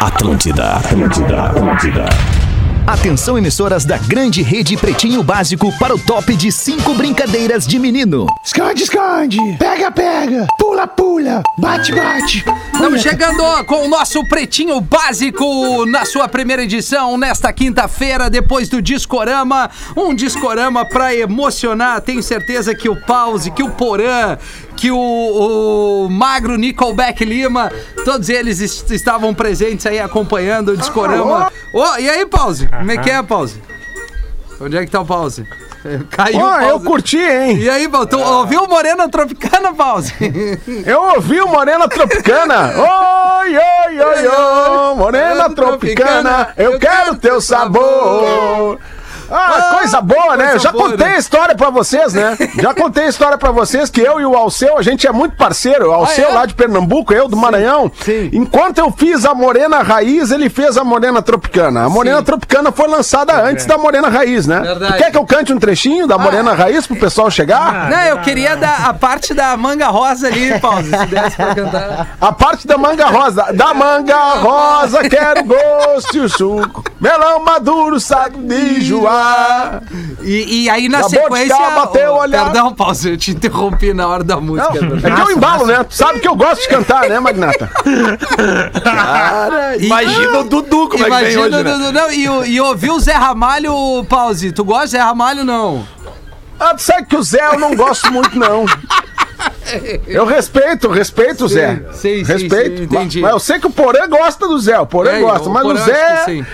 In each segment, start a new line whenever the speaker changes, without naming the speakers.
Atlântida, Atlântida, Atlântida. Atenção emissoras da grande rede Pretinho Básico para o top de cinco brincadeiras de menino.
Esconde, esconde. Pega, pega. Pula, pula. Bate, bate.
Estamos chegando com o nosso Pretinho Básico na sua primeira edição, nesta quinta-feira, depois do Discorama. Um Discorama pra emocionar. Tenho certeza que o Pause, que o Porã, que o, o Magro Nickelback Lima, todos eles est- estavam presentes aí acompanhando o Discorama. Ô, e aí, Pause? Como é que é, Pause? Onde é que tá o Pause? Caiu.
Ó,
o
eu
Pause.
curti, hein?
E aí, Pause? Tu ouviu o Morena Tropicana, Pause?
Eu ouvi o Morena Tropicana. Oi, oi, oi, oi. Morena Tropicana, eu quero teu sabor. Ah, coisa boa, né?
coisa
Eu já
boa,
contei
né?
a história pra vocês, né? Já contei a história pra vocês que eu e o Alceu, a gente é muito parceiro. O Alceu
Ah, é?
lá de Pernambuco, eu do Maranhão.
sim.
Enquanto eu fiz a Morena Raiz, ele fez a Morena Tropicana. A Morena Tropicana foi lançada antes da Morena Raiz, né?
Verdade. Ah.
Tu quer que eu cante um trechinho da Morena Raiz pro pessoal chegar?
Não, eu queria dar a parte da manga rosa ali, Pause, se desse pra cantar.
A parte da manga rosa. Da manga rosa, quero gosto e o suco. Melão maduro, saco de joá.
E, e aí na
Acabou de
sequência.
ficar, bateu o olhar.
Perdão, Pause, eu te interrompi na hora da
Não,
música.
é que eu embalo, né? Tu sabe que eu gosto de cantar, né, Magnata?
E-
Imagina o Dudu como é que vem
Imagina,
hoje, né?
não, não, e, o- e ouvir o Zé Ramalho, Pause. Tu gosta de Zé Ramalho, não?
Ah, tu sabe que o Zé eu não gosto muito, não. Eu respeito, respeito o Zé.
sim, sim,
respeito.
sim, entendi.
Mas, mas eu sei que o Porã gosta do Zé, o Porã
É,
gosta, mas
Porã,
o
acho
Zé.
que sim.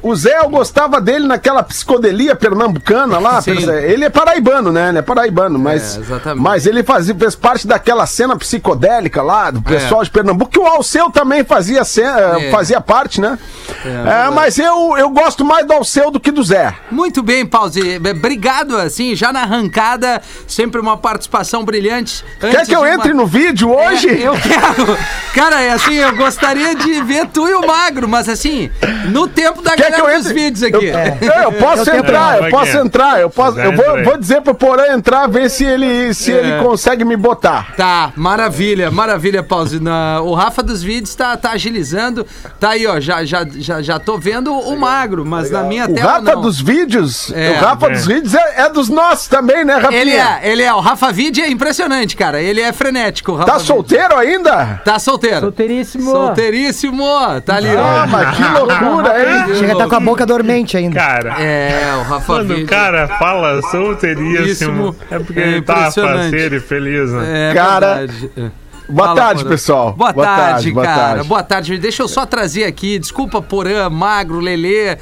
O Zé, eu gostava dele naquela psicodelia pernambucana lá.
Sim.
pensa- Ele é paraibano, né? Ele é paraibano, mas,
É, exatamente.
mas ele fazia, fez parte daquela cena psicodélica lá, do pessoal de Pernambuco, que o Alceu também fazia, cena-
É.
fazia parte, né? É, mas eu, eu gosto mais do Alceu do que do Zé.
Muito bem, Pause. Obrigado, assim, já na arrancada, sempre uma participação brilhante.
Quer que eu entre no vídeo hoje?
É, eu quero. Cara, é assim, eu gostaria de ver tu e o Magro, mas assim, no tempo da
Quer que
galera
eu
dos
entre?
vídeos aqui.
É, eu posso entrar,
Não,
eu
vai
posso
que é.
entrar, eu posso.
Já
Eu vou,
entrei.
vou dizer pro Porã entrar, ver se ele,
É.
se ele consegue me botar.
Tá, maravilha, maravilha, Pause. Na- O Rafa dos vídeos tá, tá agilizando. Tá aí, ó, já, já, já, já tô vendo o Magro, mas na minha
O
tela
Rafa
Então, não.
dos vídeos,
É.
o Rafa dos vídeos é, é dos nossos também, né, Rafinha?
Ele é, ele é. O Rafa Vide é impressionante, cara. Ele é frenético. o Rafa
Tá
Vide.
solteiro ainda?
Tá solteiro.
Solteiríssimo.
Solteiríssimo. Tá ali,
Ah,
É.
ó.
mas que loucura, hein?
Chega a tá com a boca dormente ainda.
Cara,
É, o Rafa
quando o
Vide.
cara fala solteiríssimo,
Isso,
é porque
é
ele tá
impressionante.
parceiro e feliz, né?
É
Cara,
verdade. É.
Boa
Fala,
tarde,
Porã.
pessoal.
Boa, tarde,
boa
cara.
tarde.
Boa tarde. Deixa eu só trazer aqui, desculpa, Porã, Magro, Lelê,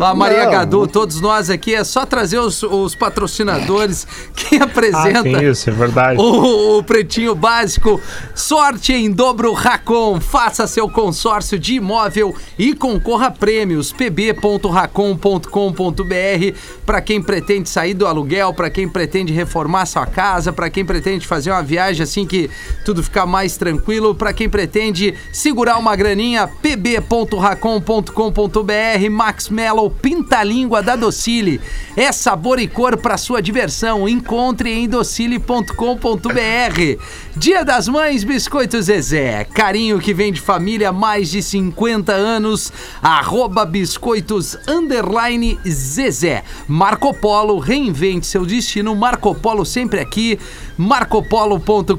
a Maria
Não.
Gadu, todos nós aqui. É só trazer os, os patrocinadores. Quem
Ah, tem
apresenta
isso, é verdade.
o, o Pretinho Básico. Sorte em dobro Racon. Faça seu consórcio de imóvel e concorra a prêmios. pb.racon.com.br para quem pretende sair do aluguel, para quem pretende reformar sua casa, para quem pretende fazer uma viagem assim que tudo ficar mais tranquilo, para quem pretende segurar uma graninha, pb.racon.com.br Max Mellow Pinta Língua da Docile. É sabor e cor para sua diversão. Encontre em docile.com.br. Dia das Mães, Biscoitos Zezé. Carinho que vem de família há mais de 50 anos. Arroba biscoitos underline Zezé. Marco Polo, reinvente seu destino. Marco Polo sempre aqui. marcopolo.com.br.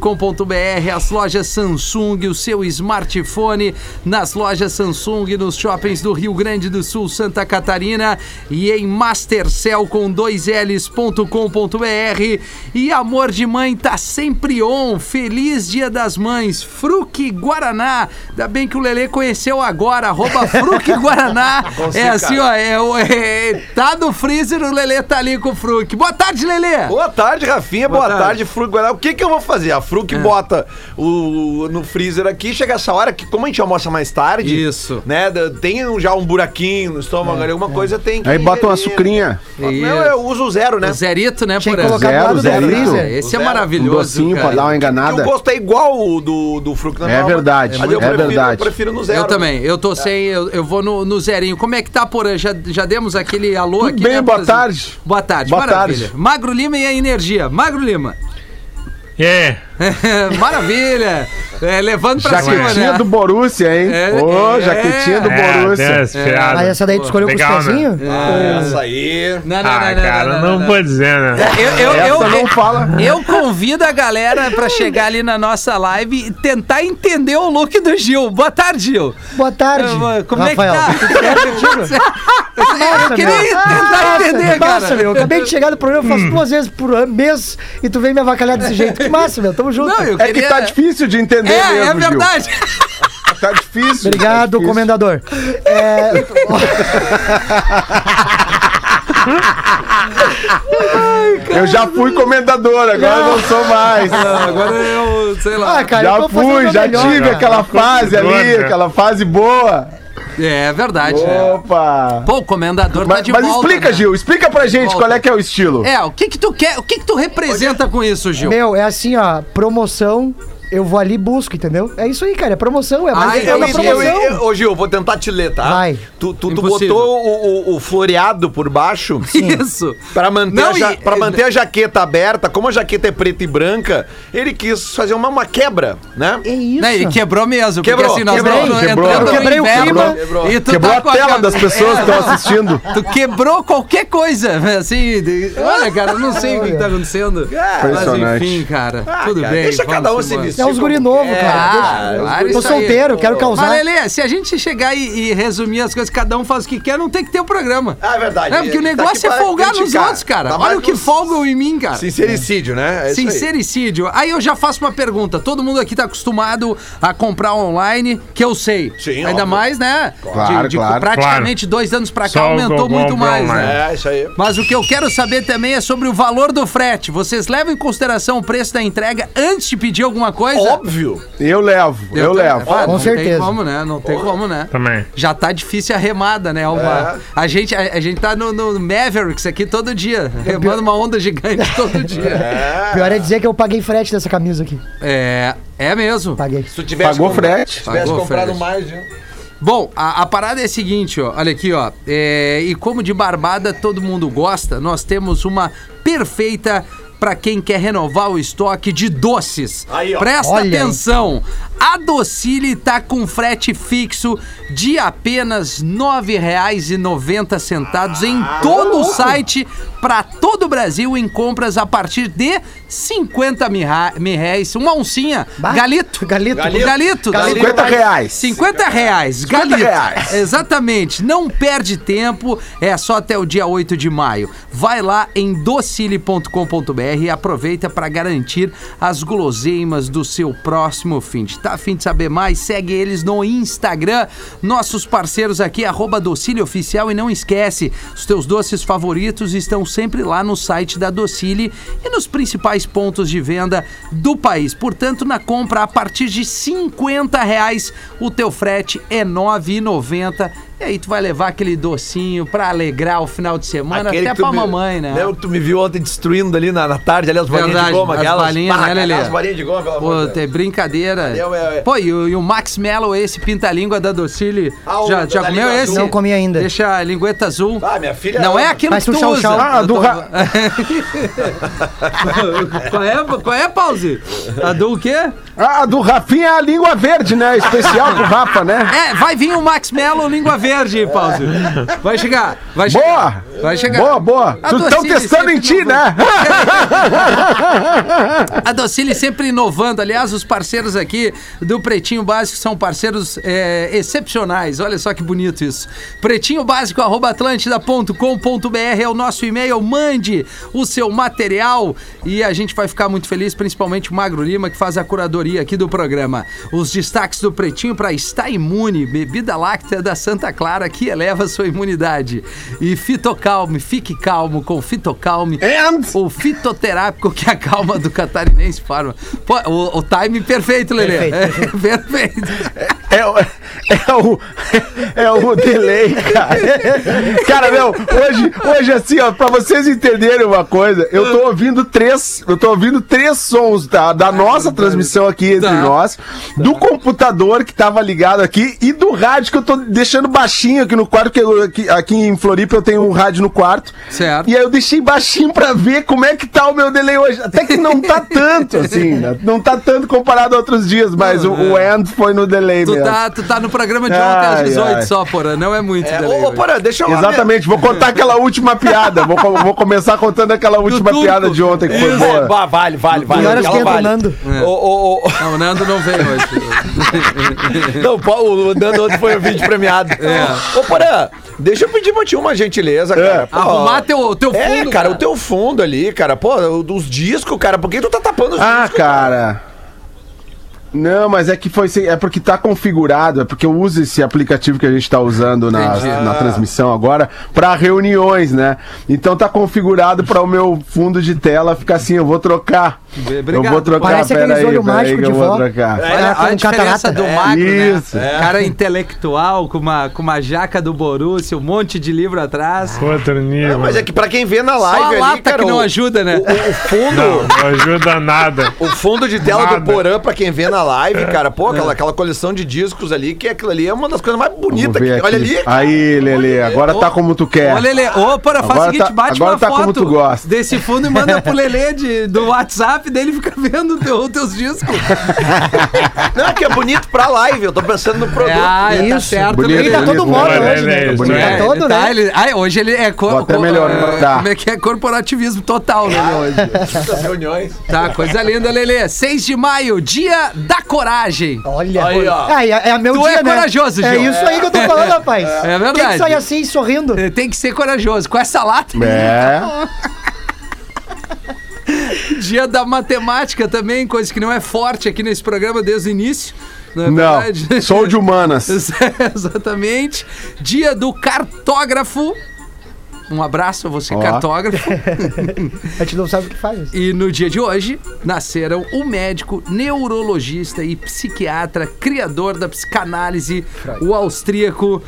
As lojas Samsung, o seu smartphone. Nas lojas Samsung, nos shoppings do Rio Grande do Sul, Santa Catarina. E em Mastercell com dois L's.com.br. E amor de mãe tá sempre on. Feliz Dia das Mães. Fruque Guaraná. Ainda bem que o Lelê conheceu agora. Arroba Fruque Guaraná. é assim, ó. É, o- é- tá no freezer, o Lelê tá ali com o Fruque. Boa tarde, Lelê.
Boa tarde, Rafinha. Boa,
tarde. É.
tarde, Fruc Guaraná. O que, que eu vou fazer? A Fruc bota o, no freezer aqui, chega essa hora que, como a gente almoça mais tarde,
Isso.
né? da- Tem um- já um buraquinho no estômago,
É,
ali, alguma coisa tem que.
Aí bota uma
ingerir,
sucrinha,
né?
Isso.
Não, eu uso o zero, né?
O Zerito, né,
Tinha que
Porã?
colocar
Zero,
do lado
zero,
do
zero.
freezer.
Esse é
Zero.
um
maravilhoso.
docinho pra
cara.
dar uma
Porque
enganada.
o gosto é igual o do, do Fruc
É verdade,
Mas eu
é
prefiro,
verdade.
Eu prefiro no zero.
Eu também, eu tô sem, eu, eu vou no, no zerinho. Como é que tá, Porã? Já, já demos aquele alô
Tudo
aqui?
bem, boa
Brasil?
tarde.
Boa tarde,
Boa
maravilha.
tarde.
Magro Lima e a energia. Magro Lima.
É,
maravilha. É, levando pra
Jaquetinha
cima, né?
do Borussia, hein?
É,
Ô,
é.
jaquetinha do
É,
Borussia.
dessa piada.
Mas essa daí tu escolheu com os
Legal, né?
pezinhos?
Ah,
É.
Essa aí.
Não, não,
Ah,
não, não,
cara,
não,
não,
não, não.
vou dizer, né?
Eu, eu, eu,
Essa não fala.
eu convido a galera pra chegar ali na nossa live e tentar entender o look do Gil. Boa tarde, Gil.
Boa tarde.
Eu vou- Como
Rafael.
é que tá? Eu
Nossa,
queria
meu.
tentar
Nossa,
entender,
Massa,
cara.
meu. Eu acabei de chegar do programa, eu faço duas vezes por ano- mês e tu vem me avacalhar desse jeito. Que massa, meu. Tamo junto.
Não, eu
É que
queria-
tá difícil de entender
É,
mesmo,
é verdade.
Gil. Tá difícil.
Obrigado,
tá difícil.
comendador. É...
Eu já fui comendador, agora não sou mais.
Agora eu, sei lá.
Ah, cara, eu
Já
tô fazendo
fui,
meu
já
melhor,
tive
cara.
aquela fase ali,
Comendador, né?
aquela fase boa.
É verdade. né?
Opa!
Pô, o comendador tá
Mas,
de
mas
volta,
explica,
né?
Gil, explica pra gente
Volta.
qual é que é o estilo.
É, o que que tu quer, o que que tu representa com isso, Gil?
Meu, é assim, ó, promoção, eu vou ali e busco, entendeu? É isso aí, cara, é promoção, é
Ai,
mais é
Eu,
uma
eu-
promoção.
eu- eu- ô Gil, vou tentar te ler, tá?
Vai.
Tu, tu, tu
Impossível.
botou o, o- o floreado por baixo
Isso.
pra manter,
Não,
a, ja-
e-
pra manter a jaqueta aberta. Como a jaqueta é preta e branca, ele quis fazer uma, uma quebra, né?
É isso.
Né, ele quebrou mesmo,
Quebrou,
porque assim nós
quebrou,
estamos
quebrou.
entrando
Eu
quebrei
no
o
inverno
clima.
Quebrou.
e tu
Quebrou
tá
a
com É.
tela
ca-
das pessoas que estão assistindo.
Tu quebrou qualquer coisa, né, assim, de- olha cara, eu não sei o que, que tá acontecendo, mas
Impressionante.
enfim, cara,
Ah,
tudo
cara,
bem.
Deixa
vamos
cada um se
embora.
vestir.
É uns guri
como
novo,
quer. É,
cara.
Ah,
Deixa-
claro,
Tô
isso aí.
solteiro, quero causar.
Mas, Lelê, se a gente chegar e, e resumir as coisas, cada um faz o que quer, não tem que ter o programa.
Ah, é verdade.
É, porque o
Tá aqui
negócio é
pra
folgar nos
criticar.
outros, cara.
Tá mais
Olha o que
nos-
folgam em mim, cara.
Sincericídio, né? É isso aí.
Sincericídio. Aí eu já faço uma pergunta. Todo mundo aqui tá acostumado a comprar online, que eu sei.
Sim,
Ainda
óbvio.
mais, né?
Claro, claro,
praticamente dois anos pra cá
Só o
aumentou
Google
muito mais,
Online.
né?
É, isso aí.
Mas o que eu quero saber também é sobre o valor do frete. Vocês levam em consideração o preço da entrega antes de pedir alguma coisa?
Óbvio.
Eu levo, eu, levo.
Ah,
Com
não
certeza.
tem como, né? Não tem como, né?
Também.
Já tá difícil a remada, né? Alva? A, gente, a, a gente tá no, no Mavericks aqui todo dia,
Tá
remando uma onda gigante todo dia.
Pior é dizer que eu paguei frete dessa camisa aqui.
É, é mesmo.
Paguei.
Se tu tivesse
Pagou
comprado-
frete.
Se tivesse
Pagou
comprado
frete.
mais, um- Gil.
Bom, a, a parada é a seguinte, ó. Olha aqui, ó. É, e como de barbada todo mundo gosta, nós temos uma perfeita para quem quer renovar o estoque de doces.
Aí, ó.
Presta
Olha aí.
atenção. A Docile tá com frete fixo de apenas R$ 9,90 em
Ah,
todo o site para todo o Brasil em compras a partir de 50 mil reais. Uma oncinha.
Bah,
Galito.
Galito.
Galito. Galito.
Galito.
50 Ah, reais.
50 reais, galito.
reais.
Exatamente, não perde tempo, é só até o dia 8 de maio. Vai lá em docile.com.br e aproveita para garantir as guloseimas do seu próximo fim de. Tá afim de saber mais? Segue eles no Instagram, nossos parceiros aqui, arroba Docile Oficial e não esquece, os teus doces favoritos estão sempre lá no site da Docile e nos principais pontos de venda do país. Portanto, na compra a partir de 50 reais, o teu frete é R$ 9,90. E aí tu vai levar aquele docinho pra alegrar o final de semana,
Aquele
até
que tu
pra
me-
mamãe, né?
Lembra que tu me viu ontem destruindo ali na, na tarde, ali as bolinhas
Verdade,
de goma,
as
aquelas.
balinhas,
Pá,
né, Lelê?
As bolinhas de goma, pelo amor
Pô,
de
é
Deus.
brincadeira.
Eu, eu, eu.
Pô, e, o- e o Max Mello, esse pinta-língua da Docile,
Ah, o
já,
da
já comeu
língua
esse?
azul.
Não comi ainda.
Deixa a lingueta azul.
Ah, minha filha-
Não é aquilo
Faz
que
um
tu
chau,
usa.
chau.
Ah,
Eu
do ra-
qual, é, qual é, Pause? A do o quê?
Ah, a do Rafinha é a língua verde, né? Especial pro Rafa, né?
É, vai vir o Max Mello, língua verde, Pause. Vai chegar, vai chegar.
Boa!
Vai chegar.
Boa, boa.
A
Tu
do
estão
Cine
testando
sempre
em ti, né?
inovando. A Docile sempre inovando. Aliás, os parceiros aqui do Pretinho Básico são parceiros é, excepcionais. Olha só que bonito isso. Pretinho Básico, é o nosso e-mail. Mande o seu material e a gente vai ficar muito feliz, principalmente o Magro Lima, que faz a curadoria aqui do programa. Os destaques do Pretinho para Está Imune, bebida láctea da Santa Clara que eleva sua imunidade. E Fitocalme, fique calmo com Fitocalme.
É
O fitoterápico que acalma do catarinense Parma. Pô, o, o time perfeito, Lelê. Perfeito. É, perfeito.
É, o- é o, é o delay, cara. Cara, meu, hoje, hoje assim, ó, pra vocês entenderem uma coisa, eu tô ouvindo três, eu tô ouvindo três sons da, da nossa transmissão aqui entre
Tá.
nós, do computador que tava ligado aqui e do rádio que eu tô deixando baixinho aqui no quarto, porque eu- aqui, aqui em Floripa eu tenho um rádio no quarto.
Certo.
E aí eu deixei baixinho pra ver como é que tá o meu delay hoje. Até que não tá tanto, assim, né? não tá tanto comparado a outros dias, mas o, o end foi no delay
Uhum. Tu
mesmo.
tá, tu tá no programa de ontem às
Ai,
18
ai.
só, porra. Não é muito,
É,
delay,
ô, ô,
velho.
Porã, deixa eu lá-
Exatamente, vou contar aquela última piada. Vou, co- vou começar contando aquela última
turco.
piada de ontem que foi boa.
Va- Vale, vale, vale.
Que horas
aquela
que entra o
vale.
Nando?
Ô, ô, ô,
Não, o Nando não veio hoje.
Não, pô, o Nando ontem foi o vídeo premiado.
É.
Ô, Porã, deixa eu pedir pra ti uma gentileza, cara. Pô,
Arrumar teu, teu fundo.
É, cara, o teu fundo ali, cara. Pô, os discos, cara. Por que tu tá tapando os
Ah,
discos?
cara. Não, mas é que foi sem, é porque tá configurado, é porque eu uso esse aplicativo que a gente tá usando na,
Entendi.
na transmissão agora pra reuniões, né? Então tá configurado pra o meu fundo de tela ficar assim, eu vou trocar.
Obrigado.
eu vou trocar,
Parece aqueles
peraí,
olho
peraí
mágico
que
de
eu vou
vó.
trocar.
Ela
Olha
com
a diferença
catarata.
do magro,
É Isso.
né? Cara intelectual, com uma, com uma jaca do Borussia, um monte de livro atrás.
Outro nível.
Não, mas é que pra quem vê na
Só a
live ali,
lata
cara,
que não
o,
ajuda, né?
o, o
Não,
fundo...
não ajuda nada.
O fundo de tela do
Nada.
Porã, pra quem vê na live, cara, pô, aquela, aquela coleção de discos ali, que aquilo ali é uma das coisas mais
Vamos
bonitas que
ver aqui. Ah,
Olha ali,
Aí, Lele, agora tá como tu quer.
Ô, Lelê, ô, porra, faz o
Agora
seguinte,
tá-
bate
agora
uma
tá
foto
como tu gosta.
desse fundo e manda pro Lelê de, do WhatsApp, dele fica vendo teu, teus discos.
Não, que é bonito pra live, eu tô pensando no produto.
Ah,
Isso.
tá certo.
É, Bonito,
Ele tá
Lelê.
todo
bonito,
moda
né?
hoje, né?
Ele
Ele
é,
tá
É,
todo,
ele tá,
né?
ele- ai, hoje ele é cor,
Vou até melhorar,
é,
tá.
Como é que é corporativismo total, né, meu? hoje?
Essas reuniões.
Tá, coisa linda, Lelê. 6 de maio, dia da coragem.
Olha,
Aí, ó.
Ah, é, é meu
Tu
dia,
é
né?
corajoso, Gil.
É isso aí que eu tô falando, rapaz.
É
Tem que
verdade.
sair assim, sorrindo.
Eh, Tem que ser corajoso. Com essa lata,
É.
dia da matemática também, coisa que não é forte aqui nesse programa desde o início. Não, é
Não,
verdade? É,
sou de humanas.
Exatamente. Dia do cartógrafo. Um abraço a você,
Ó.
cartógrafo.
A gente não sabe o que faz.
E no dia de hoje, nasceram o médico, neurologista e psiquiatra, criador da psicanálise, o austríaco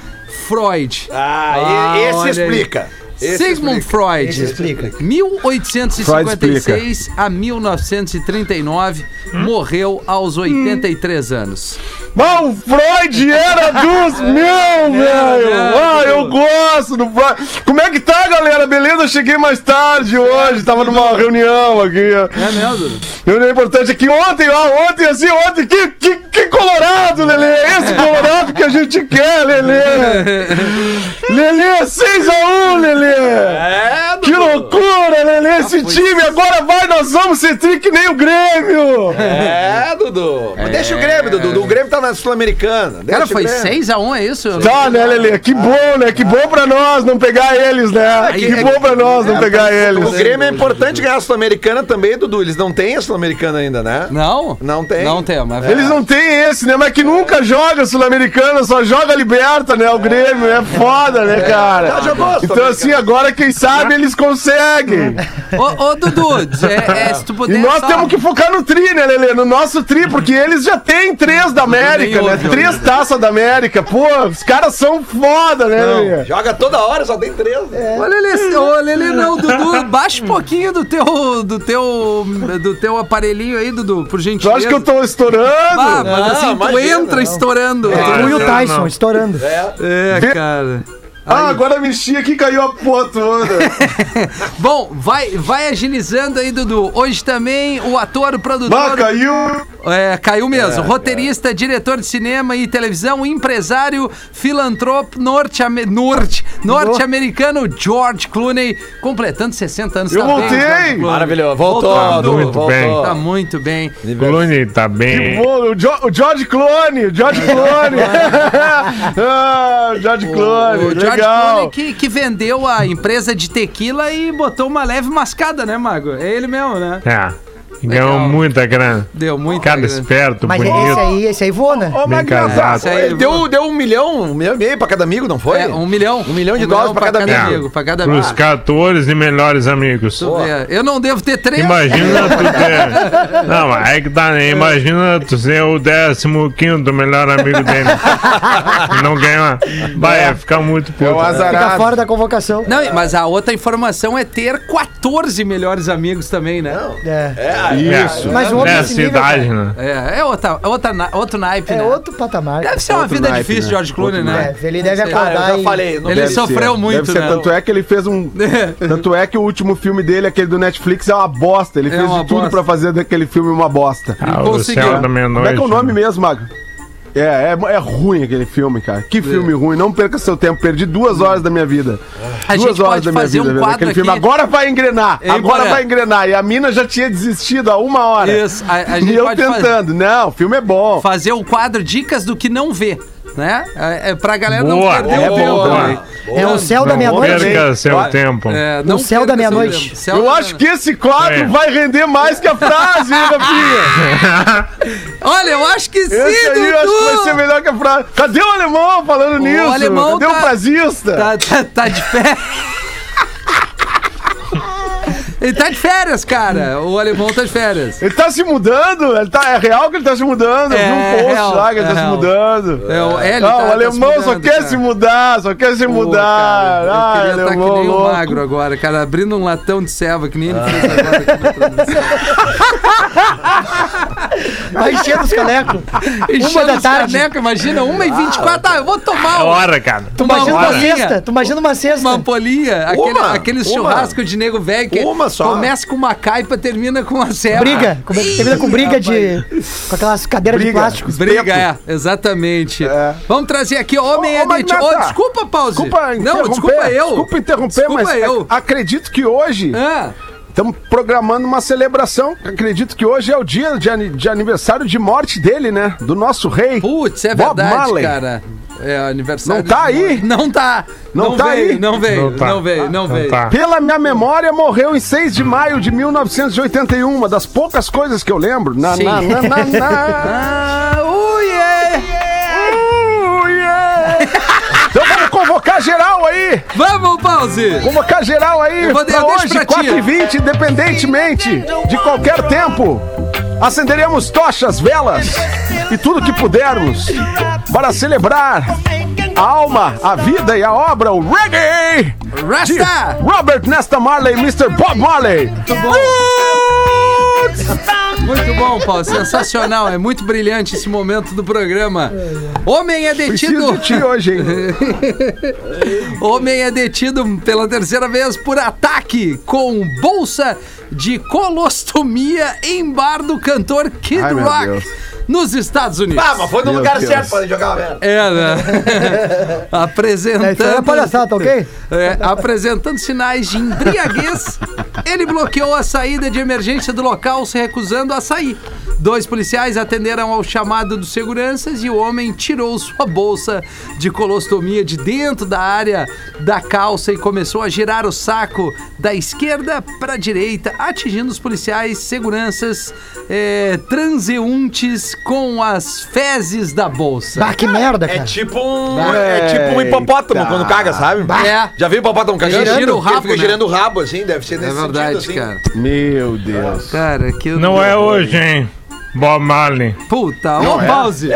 Freud.
Ah, e-
olha aí.
esse explica. Esse
Sigmund
explica.
Freud.
Esse explica.
1856 a 1939, morreu aos 83 anos.
Bom, o Freud era
É,
dos mil, velho!
né?
Ah, eu gosto do Freud! Como é que tá, galera? Beleza? Eu cheguei mais tarde hoje, tava numa reunião aqui.
É mesmo?
Reunião importante aqui ontem, ó, ontem assim, ontem, que, que, que colorado, Lelê! É Esse colorado que a gente quer, Lelê! Lelê, 6x1, Lelê!
É,
Que
Dudu.
loucura, Lelê! Esse time agora vai, nós vamos ser tri que nem o Grêmio!
É, Dudu. Mas deixa o Grêmio, Dudu. O Grêmio tá na Sul-Americana.
Cara,
Deixa o
foi
Grêmio.
6x1, é isso? Eu não-
Tá, né, Lelê? Que bom, né? Que bom pra nós não pegar eles, né?
Aí
Que
é-
bom pra nós não pegar
O
eles.
Grêmio é importante ganhar a Sul-Americana também, Dudu. Eles não têm a Sul-Americana ainda, né?
Não?
Não tem.
Não tem, mas...
Eles não têm esse, né? Mas que nunca joga Sul-Americana, só joga Liberta, né? O Grêmio é foda, né,
Já
cara?
jogou a
Então,
Sul-Americana.
assim, agora quem sabe eles conseguem.
Ô, ô Dudu, é, é, se tu
E
puder...
nós
só-
temos que focar no tri, né, Lelê? No nosso tri, porque eles já têm três da América, né?
ouve,
Três taças da América. Pô, os caras são foda, né, Lelê?
Joga toda hora, só tem três. né?
Ô, Lelê, ô, Lelê, não, Dudu, baixa um pouquinho do teu, do teu, do teu aparelhinho aí, Dudu, por
Tu
gentileza.
acha que eu tô estourando?
Ah, mas assim,
Não,
tu
imagina,
entra
não. É.
estourando.
Ah,
Tu e o
não,
Tyson,
não.
estourando.
É, cara.
Ah, agora mexi aqui e caiu a porra toda.
Bom, vai, vai agilizando aí, Dudu. Hoje também o ator, o
Bah,
produtor.
caiu!
É, caiu mesmo. Roteirista, diretor de cinema e televisão, empresário, filantropo norte-ame- norte- norte-americano George Clooney, completando 60 anos
Eu
também.
voltei!
George Clooney.
Maravilhoso. Voltou,
Voltou,
Dudu.
muito
voltou.
bem.
Tá muito bem.
Clooney tá
É.
bem.
Pô, o, Jo- o George Clone! O George Clone! ah, o George Clone!
o George
legal!
Clooney que, que vendeu a empresa de tequila e botou uma leve mascada, né, Mago? É ele mesmo, né?
É. Ganhou
Legal.
muita grana.
Deu muita
Cara
grana.
esperto,
Mas é
bonito.
esse aí, esse aí voa, né?
Ô,
Bem
tá-
casado.
Magnata,
Isso aí,
deu, deu um milhão, um milhão e meio pra cada amigo, não foi?
É, um milhão. Um
milhão de dólares pra cada
amigo.
amigo. Pra cada
Pros
amigo.
14 melhores amigos.
Tu vê, Eu não devo ter três.
Imagina tu ter. Não, mas é que tá, né? Imagina tu ser o 15 melhor amigo dele. Não ganhar. Vai, ia ficar muito
É
puto.
um
Fica
azarado.
fora da convocação.
Não, mas a outra informação é ter 14 melhores amigos também, né?
É.
Isso.
Mas o outro
é a
nesse nível,
cidade, né?
É, é outra, outra, na- outro naipe,
É
né?
outro patamar.
Deve ser uma
outro
vida
naipe,
difícil,
né?
George Clooney,
Outro
né?
É, ele deve
Sei lá,
acordar
eu já
em-
falei. Não
Ele
deve
sofreu
ser.
muito,
Deve ser,
né?
Tanto é que ele fez um. tanto é que o último filme dele, aquele do Netflix, é uma bosta. Ele
É
fez
uma
de tudo
bosta.
pra fazer daquele filme uma bosta.
Ah, o
conseguiu.
céu da
Como
meia-noite.
é que é o nome
né?
mesmo, Magro? É, é, é ruim aquele filme, cara. Que filme ruim. Não perca seu tempo. Perdi duas horas da minha vida.
A
duas
gente pode fazer um
vendo
quadro
aquele
aqui.
filme. Agora vai engrenar.
Hein,
agora
Porã?
vai engrenar. E a mina já tinha desistido há uma hora.
Isso, a, a
e
gente
eu
pode fa-
tentando. Não, o filme é bom.
fazer um quadro dicas do que não vê, né? É, é pra galera
Boa,
não perder o
boa,
tempo
boa.
também.
É o céu da
Não
meia-noite.
né? perca seu
Olha,
tempo.
É,
No céu
perca
da
seu
meia-noite.
tempo. Céu
Eu
da
acho que esse quadro
É.
vai render mais que a frase, hein, Rafinha?
Olha, eu acho que sim,
Esse aí eu acho que vai
Dudu!
ser melhor que a frase. Cadê o alemão falando nisso?
alemão
Cadê
tá-
o frasista?
Tá, tá, tá de férias. Ele tá de férias, cara. O alemão tá de férias.
Ele tá se mudando? Ele tá, é real que ele tá se mudando? Eu vi
É
um post
real,
lá que ele
é
tá se
real.
mudando.
É, o- é, ele
ah, o
tá- tá
alemão
se
só
mudando,
quer
cara.
se mudar, só quer se
Pô,
mudar. ah,
cara, eu queria estar
alemão
que nem o
louco.
magro agora, cara, abrindo um latão de ceva, que nem ele fez agora. aqui na transmissão.
Vai enchendo os canecos.
Ah.
Enchendo
da
os
tarde.
caneca, imagina, 1h24. Ah, eu vou
É
tomar uma-
hora, cara.
Tu imagina uma
bolinha,
cesta. Tu imagina uma cesta.
Uma polia, aquele,
Uma,
aquele
uma.
churrasco de nego velho que
Uma só.
começa com uma caipa, termina com uma ceva.
Briga. Come- Termina com briga de. Com aquelas cadeiras de
Briga.
plástico.
Briga, é, exatamente. Vamos trazer aqui, homem
É. Ô, ô,
é de...
Magnata,
Ô, desculpa, Pause.
Desculpa
Não,
interromper,
desculpa eu.
Desculpa interromper,
Desculpa
mas
eu.
ac- acredito que hoje
Ah,
estamos programando uma celebração. Acredito que hoje é o dia de, ani- de aniversário de morte dele, né? Do nosso rei.
putz, é
Bob
verdade,
Marley.
cara. É aniversário.
Não tá
de-
aí?
Não tá.
Não tá
veio,
aí?
Não veio, não,
Não tá.
veio, não veio.
Tá.
Pela minha memória, morreu em 6 de maio de 1981, uma das poucas coisas que eu lembro. Na,
Sim.
na, na, na, na.
Ah, ui, é.
Uh, yeah. Então vamos convocar geral aí!
Vamos, Pause.
Convocar geral aí!
Eu vou- eu
pra
deixo
hoje,
pra ti.
4h20, independentemente de qualquer tempo! Acenderemos tochas, velas e tudo que pudermos para celebrar a alma, a vida e a obra, o reggae! de
Rasta.
Robert Nesta Marley, Mr. Bob Marley!
Muito bom, Paulo. Sensacional. É muito brilhante esse momento do programa. Homem é
Preciso
detido.
de ti hoje, hein?
Homem é detido pela terceira vez por ataque com bolsa de colostomia em bar do cantor Kid
Ai, meu
Rock
Deus.
nos Estados Unidos.
Ah, mas foi no
Meu
lugar
Deus.
certo pra jogar a merda.
É, né?
É, isso aí é
apresentando,
palhaçada, tá ok?
é, apresentando sinais de embriaguez, ele bloqueou a saída de emergência do local, se recusando a sair. Dois policiais atenderam ao chamado dos seguranças e o homem tirou sua bolsa de colostomia de dentro da área da calça e começou a girar o saco da esquerda para a direita, atingindo os policiais, seguranças, é, transeuntes com as fezes da bolsa.
Ah, que merda,
É
cara.
tipo um. É tipo um hipopótamo
Eita.
quando caga, sabe?
É.
Já viu hipopótamo cagando?
Girando o
Porque ele
rabo,
Fica
né?
girando o rabo, assim, deve ser
É
nesse
verdade,
sentido, assim.
cara.
Meu Deus.
Cara, que eu
Não é hoje, hein? Bob Marley.
Puta, ô pause.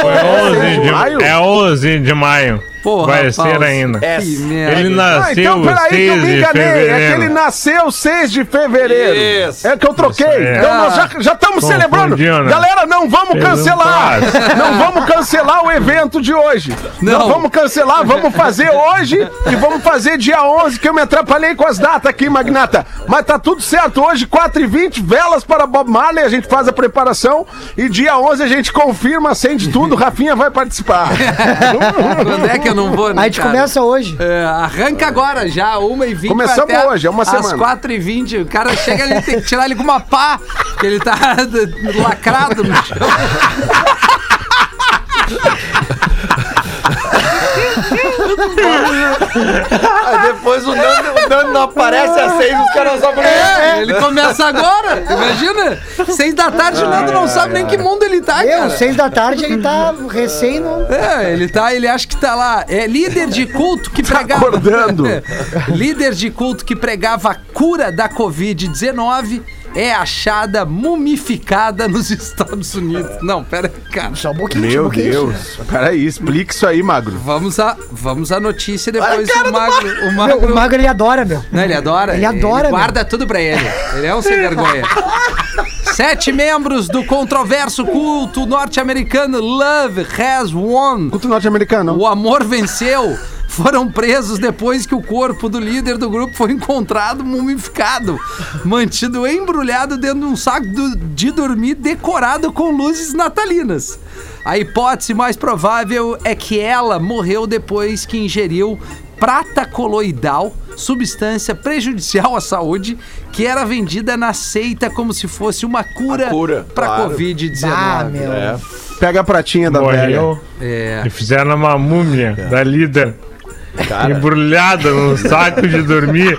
Foi
é
11
de maio?
de, é 11 de maio.
Porra,
Vai ser
Pause.
ainda.
É.
Que merda.
Ele
Ah,
nasceu
então peraí que eu
6
me
de
enganei. É que ele
fevereiro.
nasceu 6 de fevereiro.
Isso.
É que eu troquei.
Isso aí.
Então nós
Ah.
já já estamos
Confundiu,
celebrando.
né?
Galera, não vamos
Fez um
cancelar.
passo.
Não vamos cancelar o evento de hoje. Não.
Não.
vamos cancelar, vamos fazer hoje e vamos fazer dia 11, que eu me atrapalhei com as datas aqui, Magnata. Mas tá tudo certo. Hoje, 4h20, velas para Bob Marley. A gente faz a preparação e dia 11 a gente confirma, acende tudo. Rafinha vai participar.
Quando é que eu não vou, né,
Aí a gente
cara?
começa um- hoje.
É, arranca agora já, 1h20.
Começamos
até
hoje, é uma
Às
semana.
4h20, o cara chega ali, tem que tirar ele com uma pá, que ele tá lacrado no chão.
Aí depois o Nando, o Nando ano não aparece às seis, os caras só
É, ele começa agora, imagina. Seis da tarde, o Nando não sabe nem que mundo ele tá,
Meu,
cara.
seis da tarde ele tá recém no.
É, ele tá, ele acha que tá lá. É líder de culto
Tá
que pregava.
acordando.
líder de culto que pregava a cura da Covid-19 é achada mumificada nos Estados Unidos. Não, pera aí, cara.
Só um pouquinho, só um
Meu
pouquinho.
Deus. Peraí, explica isso aí, Magro.
Vamos a, vamos à notícia e depois
Olha a cara
o
do
magro, o
Meu,
magro.
o magro ele adora, meu.
Não, ele adora.
Ele adora, meu.
guarda tudo pra ele. Ele é um sem vergonha. Sete membros do controverso culto norte-americano Love Has Won.
Culto norte-americano.
O amor venceu. Foram presos depois que o corpo do líder do grupo foi encontrado mumificado, mantido embrulhado dentro de um saco do- de dormir decorado com luzes natalinas. A hipótese mais provável é que ela morreu depois que ingeriu prata coloidal, substância prejudicial à saúde, que era vendida na seita como se fosse uma cura,
A cura,
para
claro.
COVID-19.
Ah, meu.
Pega a pratinha da velha.
Morreu.
É.
E fizeram uma múmia da líder embrulhada num saco de dormir.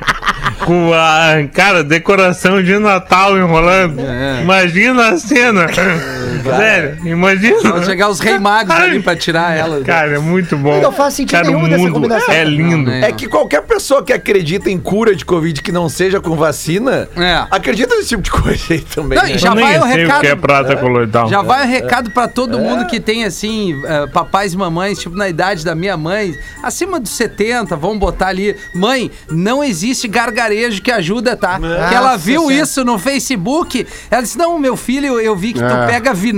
Com a, cara, decoração de Natal enrolando.
É.
Imagina a cena. Sério,
Vão
imagina.
É, chegar os rei magos ali pra tirar ela.
Cara, é muito bom.
Não faz sentido
cara,
nenhum
o
dessa
mundo
combinação.
é lindo.
Não, né?
É que qualquer pessoa que acredita em cura de Covid que não seja com vacina,
É.
acredita nesse tipo de coisa aí também.
Não,
né?
e já
Eu nem
vai o
sei
recado.
o que é prata coloidal.
é,
Já vai o recado pra todo mundo que tem, assim, eh, papais e mamães, tipo, na idade da minha mãe, acima dos 70, vamos botar ali. Mãe, não existe gargarejo que ajuda, tá?
É.
Que
Ah,
ela viu isso no Facebook, ela disse, não, meu filho, eu vi que tu
É.
pega vinagre.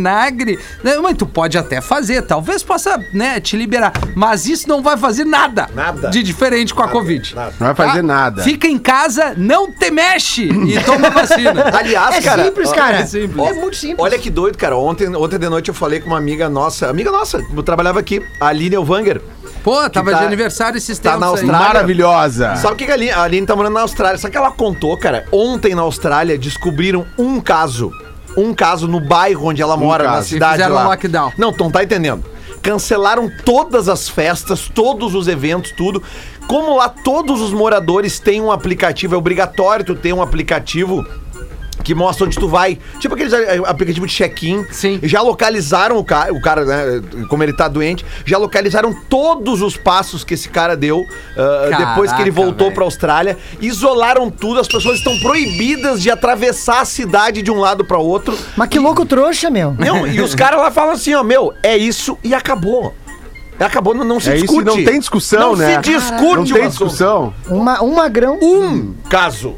Né, Mãe, tu pode até fazer, talvez possa, né, te liberar. Mas isso não vai fazer nada,
Nada.
de diferente com a Covid.
Não vai fazer
Ah,
Tá?
nada.
Fica em casa, não te mexe e toma vacina.
Aliás,
É
cara.
simples, cara.
é simples.
É muito simples.
Olha que doido, cara. Ontem, ontem de noite eu falei com uma amiga nossa, amiga nossa, eu trabalhava aqui, a Aline Elvanger.
Pô, tava
tá-
de aniversário esses
tá
tempos
na
aí.
Austrália.
Maravilhosa. É
Sabe o que, que a Aline, a Aline tá morando na Austrália? Sabe o que ela contou, cara? Ontem na Austrália descobriram um caso. Um caso no bairro onde ela mora, na
caso.
cidade.
Um fizeram
lá.
um lockdown.
Não, tu não tá entendendo. Cancelaram todas as festas, todos os eventos, tudo. Como lá todos os moradores têm um aplicativo, é obrigatório tu ter um aplicativo que mostra onde tu vai. Tipo aqueles eh, aplicativo de check-in.
Sim.
Já localizaram o cara, o cara, né, como ele tá doente, já localizaram todos os passos que esse cara deu ah, depois que ele
Caraca,
voltou
velho.
pra Austrália. Isolaram tudo, as pessoas estão proibidas de atravessar a cidade de um lado pra outro.
Mas que louco trouxa, meu.
Não, e os caras lá falam assim, ó, meu, é isso e acabou. Acabou, não, não se
É isso,
discute.
não tem discussão,
Não
né?
se discute
Não
o
tem
assunto.
discussão.
Uma, um magrão.
Um caso.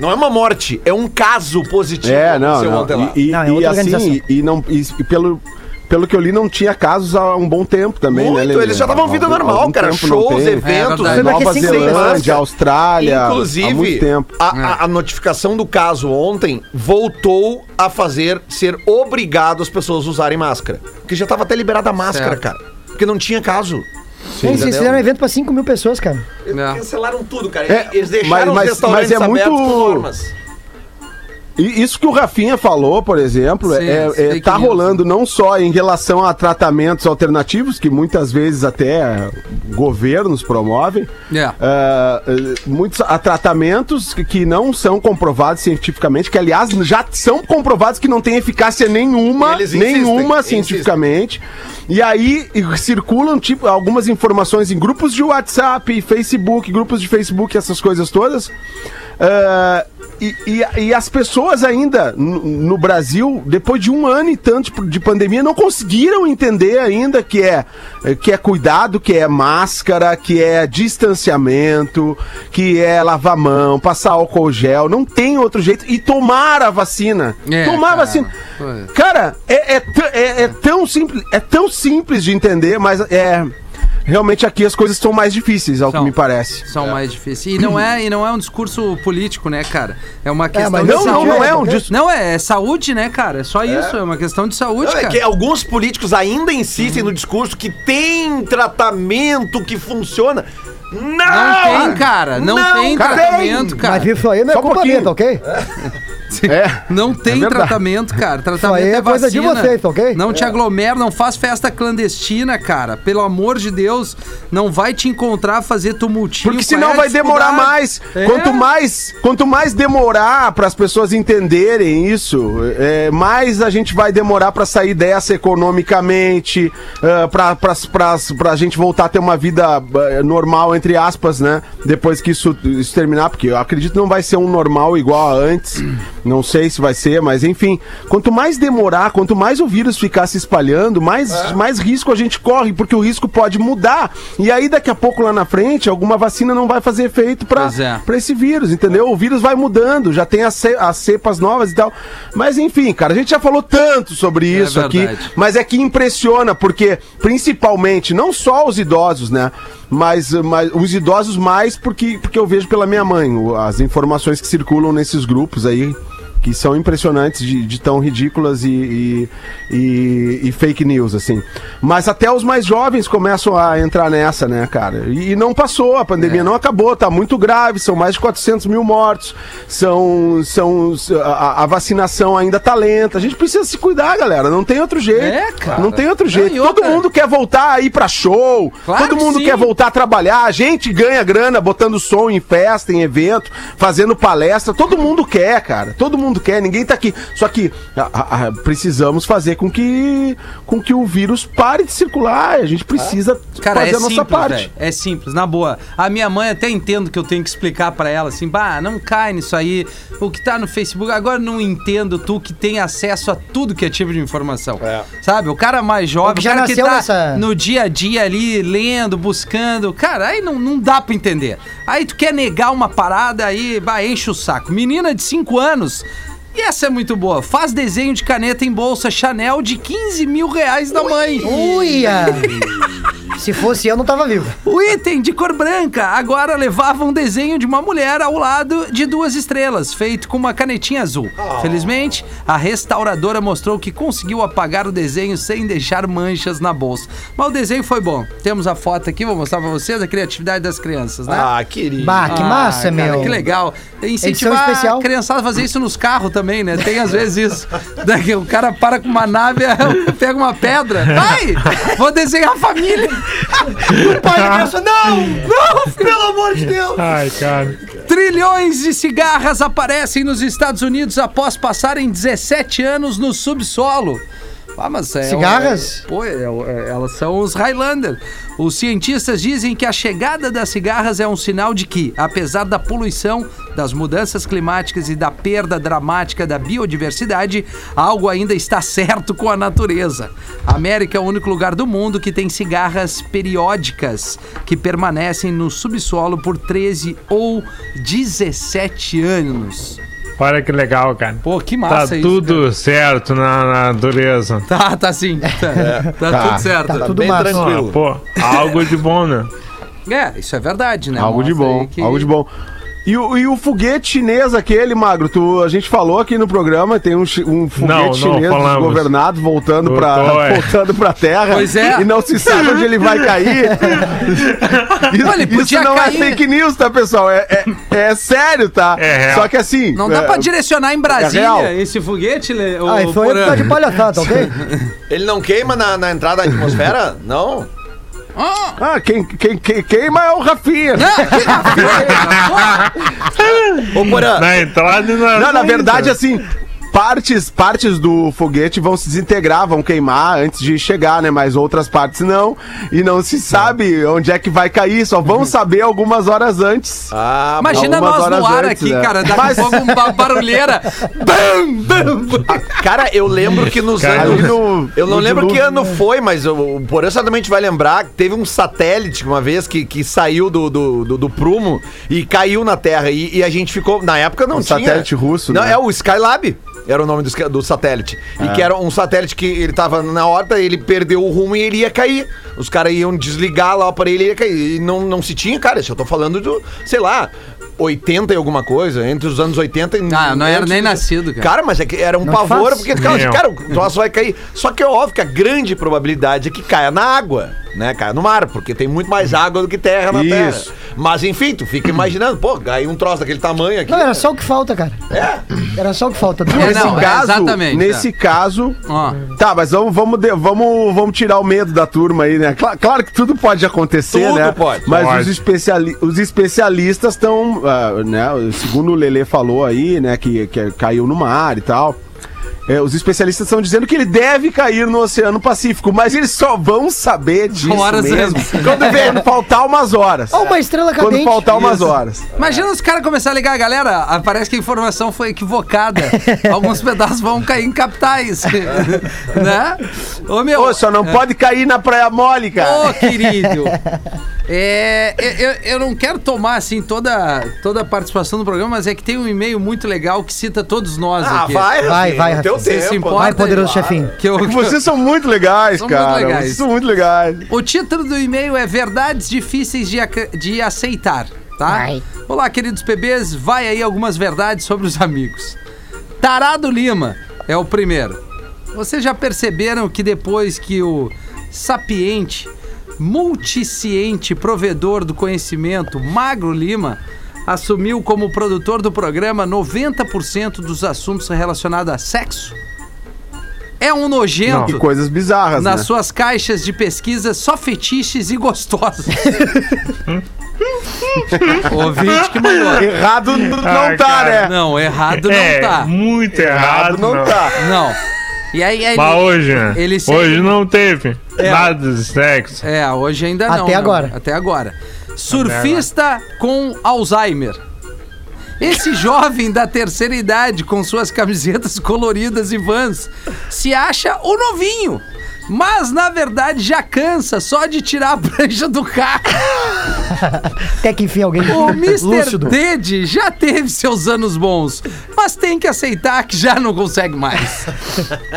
Não é uma morte, é um caso positivo.
É,
que
não,
aconteceu
não.
ontem lá.
E, e-
Não, é
e
outra
assim,
organização.
e, e não, e, e pelo, pelo que eu li, não tinha casos há um bom tempo também, né,
Muito,
Lelê?
eles já estavam
Há
vida
algum-
normal,
algum
cara.
tempo não
Shows,
tem.
eventos,
É verdade.
Nova
Daqui a cinco, seis
anos.
Zelândia, Austrália,
Inclusive,
há muito tempo.
A, a- a notificação do caso ontem voltou a fazer ser obrigado as pessoas a usarem máscara. Porque já estava até liberada a máscara,
Certo.
cara. Porque não tinha caso.
Sim, vocês
entendeu?
fizeram um evento pra 5 mil pessoas, cara.
É.
Cancelaram tudo, cara.
É,
Eles
mas-
deixaram
mas-
os restaurantes
mas é
abertos
muito-
com normas.
E isso que o Rafinha falou, por exemplo,
Sim,
é,
fake
é- tá
news. né?
rolando não só em relação a tratamentos alternativos, que muitas vezes até governos promovem,
É.
ah, eh, muitos a tratamentos que, que não são comprovados cientificamente, que aliás já são comprovados que não tem eficácia nenhuma,
Eles insistem,
nenhuma
insistem.
cientificamente. E aí e circulam tipo, algumas informações em grupos de WhatsApp, Facebook, grupos de Facebook, essas coisas todas. Ah, e, e- e as pessoas ainda no, no Brasil, depois de um ano e tanto de- de pandemia, não conseguiram entender ainda que é, que é cuidado, que é máscara, que é distanciamento, que é lavar a mão, passar álcool gel. Não tem outro jeito. E tomar a vacina.
É,
tomar
cara.
a vacina.
Pois.
Cara, é, é tã- é- é tão simples, é tão simples de entender, mas é. Realmente aqui as coisas são mais difíceis, ao
São.
que me parece.
São mais difíceis. E não, é, e não é um discurso político, né, cara? É uma questão
mas
de
Não, não,
saúde.
não é um
Não,
discurso.
Não, é, é saúde, né, cara? É só isso, é uma questão de saúde,
Não, é
cara.
que alguns políticos ainda insistem no discurso que tem tratamento que funciona. Não!
Não tem, cara. Não, tem tratamento, cara.
Mas isso aí não é
Só um
culpa minha,
pouquinho.
tá ok?
É.
Não tem
verdade.
tratamento, cara. Tratamento
aí
é
é coisa de
vacina.
vocês, tá ok?
Não te aglomera, não faz festa clandestina, cara. Pelo amor de Deus, não vai te encontrar fazer tumultinho.
Porque
Qual é
senão
a
vai demorar
dificuldade?
mais.
É.
Quanto mais, quanto mais demorar para as pessoas entenderem isso, é, mais a gente vai demorar para sair dessa economicamente, ah, pra para a gente voltar a ter uma vida ah, normal entre aspas, né? Depois que isso, isso terminar, porque eu acredito que não vai ser um normal igual a antes. Não sei se vai ser, mas enfim, quanto mais demorar, quanto mais o vírus ficar se espalhando, mais mais risco a gente corre, porque o risco pode mudar. E aí daqui a pouco lá na frente, alguma vacina não vai fazer efeito para
Pois é.
para esse vírus, entendeu? O vírus vai mudando, já tem as, ce- as cepas novas e tal. Mas enfim, cara, a gente já falou tanto sobre isso aqui,
verdade.
mas é que impressiona, porque principalmente, não só os idosos, né? Mas, mas os idosos mais, porque, porque eu vejo pela minha mãe o- as informações que circulam nesses grupos aí, que são impressionantes de, de tão ridículas e, e, e- e fake news, assim. Mas até os mais jovens começam a entrar nessa, né, cara? E, e não passou, a
É.
pandemia não acabou, tá muito grave, são mais de 400 mil mortos, são, são a, a vacinação ainda tá lenta. A gente precisa se cuidar, galera, não tem outro jeito.
É, cara.
Não tem outro
Não,
jeito.
e
Todo
outra-
mundo quer voltar a ir pra show,
Claro
todo
que
mundo
sim.
quer voltar a trabalhar, a gente ganha grana botando som em festa, em evento, fazendo palestra, todo mundo quer, cara. Todo mundo quer, ninguém tá aqui. Só que a- a- a- precisamos fazer com que com que o vírus pare de circular, a gente precisa
Cara,
fazer
é
a nossa
simples,
parte.
velho. É simples, na boa. A minha mãe até entendo que eu tenho que explicar pra ela assim, bah, não cai nisso aí. O que tá no Facebook, agora não entendo tu que tem acesso a tudo que é tipo de informação.
É.
Sabe? O cara mais jovem,
O
o,
que já
cara que
nasceu
tá
nessa-
no dia a dia ali, lendo, buscando. Cara, aí não, não dá pra entender. Aí tu quer negar uma parada aí, bah, enche o saco. Menina de 5 anos. E essa é muito boa. Faz desenho de caneta em bolsa Chanel de 15 mil reais da mãe.
Uia! Se fosse eu, não tava vivo.
O item de cor branca agora levava um desenho de uma mulher ao lado de duas estrelas, feito com uma canetinha azul. Felizmente, a restauradora mostrou que conseguiu apagar o desenho sem deixar manchas na bolsa. Mas o desenho foi bom. Temos a foto aqui, vou mostrar pra vocês a criatividade das crianças, né?
Ah, querido.
Bah, que
Ah,
massa,
cara,
meu.
Que legal. Incentivar
Edição especial.
a criançada a fazer isso nos carros também, né? Tem às vezes isso. Daqui, o cara para com uma nave, pega uma pedra. Vai! Vou desenhar a família. o pai da criança, não! Não! Pelo amor de Deus!
Ai, cara.
Trilhões de cigarras aparecem nos Estados Unidos após passarem 17 anos no subsolo. Ah, mas é
Cigarras?
um- pô, é um- é- elas são os Highlander. Os cientistas dizem que a chegada das cigarras é um sinal de que, apesar da poluição, das mudanças climáticas e da perda dramática da biodiversidade, algo ainda está certo com a natureza. A América é o único lugar do mundo que tem cigarras periódicas que permanecem no subsolo por 13 ou 17 anos.
Olha que legal, cara.
Pô, que
Tá
massa isso.
tudo certo na na natureza.
Tá, tá sim. Tá, tá tudo certo.
É. Tá tudo
Bem
massa.
tranquilo.
Ah, pô, algo de bom, né?
É, isso é verdade, né?
Algo de
Mostra
bom,
aí que-
algo de bom. E o, e o foguete chinês aquele, Magro, tu, a gente falou aqui no programa, tem um, chi- um foguete
Não, não
chinês
falamos.
desgovernado voltando
Voltou,
pra,
é.
voltando pra Terra
Pois é.
e não se sabe onde ele vai cair. isso,
Olha, ele podia
isso não
cair.
é fake news, tá, pessoal? É, é- é sério, tá?
É real.
Só que assim...
Não dá
é,
pra direcionar em
real.
Brasília esse foguete, Le... ô,
Ah, isso aí
Porã?
tá de palhaçada, ok?
Ele não queima na, na entrada da atmosfera? Não?
Ah,
Ah, quem, quem, quem queima é o Rafinha.
não, que rafeira, pô.
Ô, Porã,
Na entrada e na.
Tá
Não, na
saída.
verdade, assim, partes, partes do foguete vão se desintegrar, vão queimar antes de chegar, né? Mas outras partes não. E não
Tá.
se sabe onde é que vai cair, só vão
Uhum.
saber algumas horas antes.
Ah,
Imagina
Algumas
nós no
horas
ar
antes,
aqui,
né?
cara. Daqui a
Mas-
pouco uma barulheira. Bam, bam, bam.
Ah, Cara, eu lembro que nos
Cara,
anos.
ali no-
eu não
no
lembro que
dilúvio,
ano foi, mas o o Porã certamente vai lembrar que teve um satélite uma vez que, que saiu do, do, do- do prumo e caiu na Terra. E, e a gente ficou. Na época não
Um
tinha.
satélite russo,
Não,
né? Ah.
é o Skylab. Era o nome do, ska- do satélite. E que era um satélite que ele tava na horta, ele perdeu o rumo e ele ia cair. Os caras iam desligar lá o aparelho e ia cair. E não, não se tinha, cara. Isso eu tô falando do, sei lá, 80 e alguma coisa, entre os anos 80 e.
Ah, eu não era
antes
nem
do-
nascido, cara.
Cara, mas é que era um
Não
pavor,
faz.
porque cara,
Não.
cara, o troço vai cair. Só que é óbvio que a grande probabilidade é que caia na água, né? Caia no mar, porque tem muito mais água do que terra na
Isso.
terra. Mas enfim, tu fica imaginando, pô, ganhei um troço daquele tamanho aqui.
Não, era só o que falta, cara. Era só o que falta. Duas
É, não,
vezes.
é exatamente,
nesse caso.
Ó.
Tá, mas vamos, vamos, de- vamos, vamos tirar o medo da turma aí, né? Cla- claro que tudo pode acontecer,
Tudo
né?
pode.
Mas
Pode.
Os, especiali- os especialistas estão, ah, né? Segundo o Lele falou aí, né? Que, que caiu no mar e tal. É, os especialistas estão dizendo que ele deve cair no Oceano Pacífico, mas eles só vão saber disso
Horas
mesmo
antes.
quando vem faltar umas horas.
Ó, uma estrela
Quando
cadente.
faltar umas
Isso.
horas.
Imagina os caras começarem a ligar a galera. ah, Parece que a informação foi equivocada. Alguns pedaços vão cair em capitais. né? Ô, meu.
Ô, só não pode cair na praia mole, cara.
É. Ô, querido. É, eu, eu- eu não quero tomar assim toda, toda a participação do programa, mas é que tem um e-mail muito legal que cita todos nós
Ah,
aqui.
Vai,
vai, Rafinha,
vai,
no
Rafinha.
teu tempo,
Você se
né?
importa?
Vai, poderoso chefinho.
Que eu,
Vocês são muito legais,
São muito
cara.
legais.
Vocês são muito legais.
O título do e-mail é Verdades Difíceis de, ac- de Aceitar, tá?
Vai.
Olá, queridos bebês, vai aí algumas verdades sobre os amigos. Tarado Lima é o primeiro. Vocês já perceberam que depois que o sapiente, multisciente provedor do conhecimento, Magro Lima, assumiu como produtor do programa 90% dos assuntos relacionados a sexo? É um nojento.
E coisas bizarras,
Nas
né?
suas caixas de pesquisa, só fetiches e gostosos. Ouvinte que mandou.
Errado n- não
Ai,
tá,
cara.
né?
Não, errado
é,
não tá.
muito errado.
Não, tá.
Não. E aí, aí
Mas hoje, né?
Ele se-
hoje não teve
É.
nada de sexo.
É, hoje ainda não.
Até
né?
agora.
Até agora. Surfista com Alzheimer. Esse jovem da terceira idade, com suas camisetas coloridas e vans, se acha o novinho. Mas, na verdade, já cansa só de tirar a prancha do carro.
Até que enfim alguém.
O Mr.
Lúcido.
Dede já teve seus anos bons, mas tem que aceitar que já não consegue mais.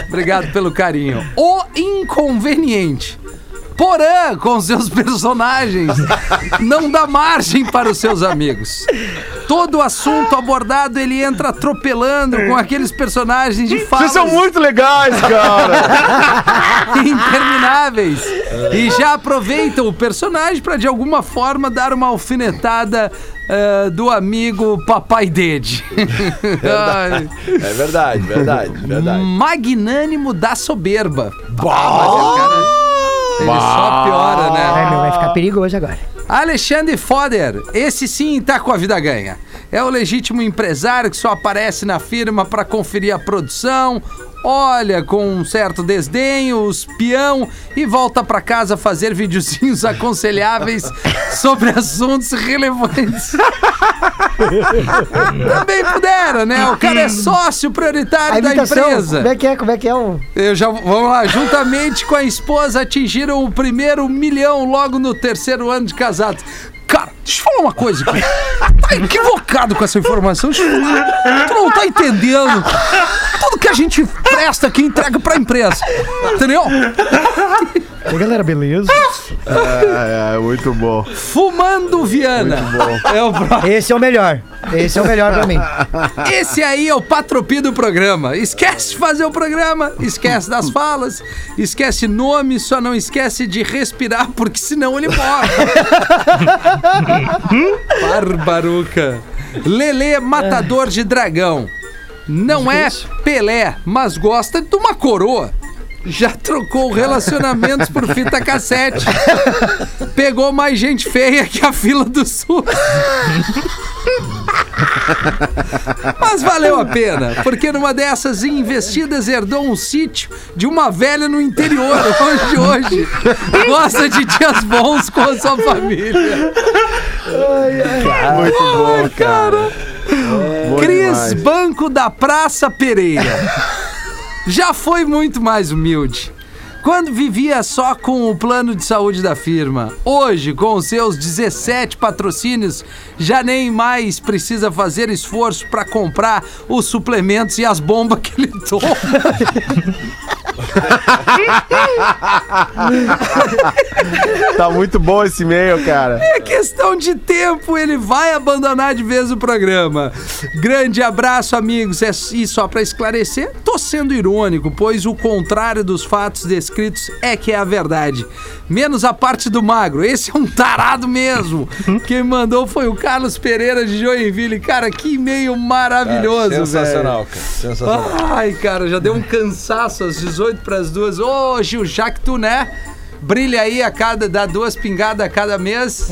Obrigado pelo carinho. O inconveniente. Porã, com seus personagens, não dá margem para os seus amigos. Todo assunto abordado ele entra atropelando com aqueles personagens de
Vocês
falas
são muito legais, cara.
intermináveis. E já aproveita o personagem para de alguma forma dar uma alfinetada eh, do amigo Papai Dede. Ai.
É verdade, verdade,
Hum.
verdade.
Magnânimo da soberba. Bah, mas é, cara, Ele só piora, né?
Ai, meu, vai ficar perigoso agora.
Alexandre Foder, esse sim tá com a vida ganha. É o legítimo empresário que só aparece na firma para conferir a produção, olha com um certo desdenho os peão e volta para casa fazer videozinhos aconselháveis sobre assuntos relevantes. Também pudera, né? O cara é sócio prioritário
A
da
imitação,
empresa.
como é que é? Como é que é o.
Eu já vamos lá, juntamente com a esposa atingiram o primeiro milhão logo no terceiro ano de casados. Cara, deixa eu falar uma coisa, cara. Tá equivocado com essa informação. Deixa eu falar. Tu não tá entendendo. Tudo que a gente presta aqui entrega pra empresa. Entendeu?
E aí, galera, beleza?
É, é, muito bom.
Fumando Viana. É o próximo.
Esse é o melhor. Esse é o melhor pra mim.
Esse aí é o patropi do programa. Esquece de fazer o programa, esquece das falas, esquece nome, só não esquece de respirar, porque senão ele morre. Barbaruca. Lele matador de dragão. Não é Pelé, mas gosta de uma coroa. Já trocou relacionamentos por fita cassete. Pegou mais gente feia que a fila do sul. Mas valeu a pena, porque numa dessas investidas herdou um sítio de uma velha no interior, onde hoje gosta de dias bons com a sua família.
Muito bom, cara. Bom
Cris
demais.
Banco da Praça Pereira. Já foi muito mais humilde. Quando vivia só com o plano de saúde da firma, hoje, com os seus 17 patrocínios, já nem mais precisa fazer esforço para comprar os suplementos e as bombas que ele toma.
Tá muito bom esse e-mail, cara.
É questão de tempo, ele vai abandonar de vez o programa. Grande abraço, amigos. É- E só pra esclarecer, tô sendo irônico, pois o contrário dos fatos descritos é que é a verdade. Menos a parte do magro, esse é um tarado mesmo. Quem mandou foi o Carlos Pereira de Joinville. Cara, que e-mail maravilhoso, velho.
Sensacional, cara. Sensacional.
Ai, cara, já deu um cansaço às 18 para as duas. Ô, Gil, já que tu, né? Brilha aí a cada, dá duas pingadas a cada mês.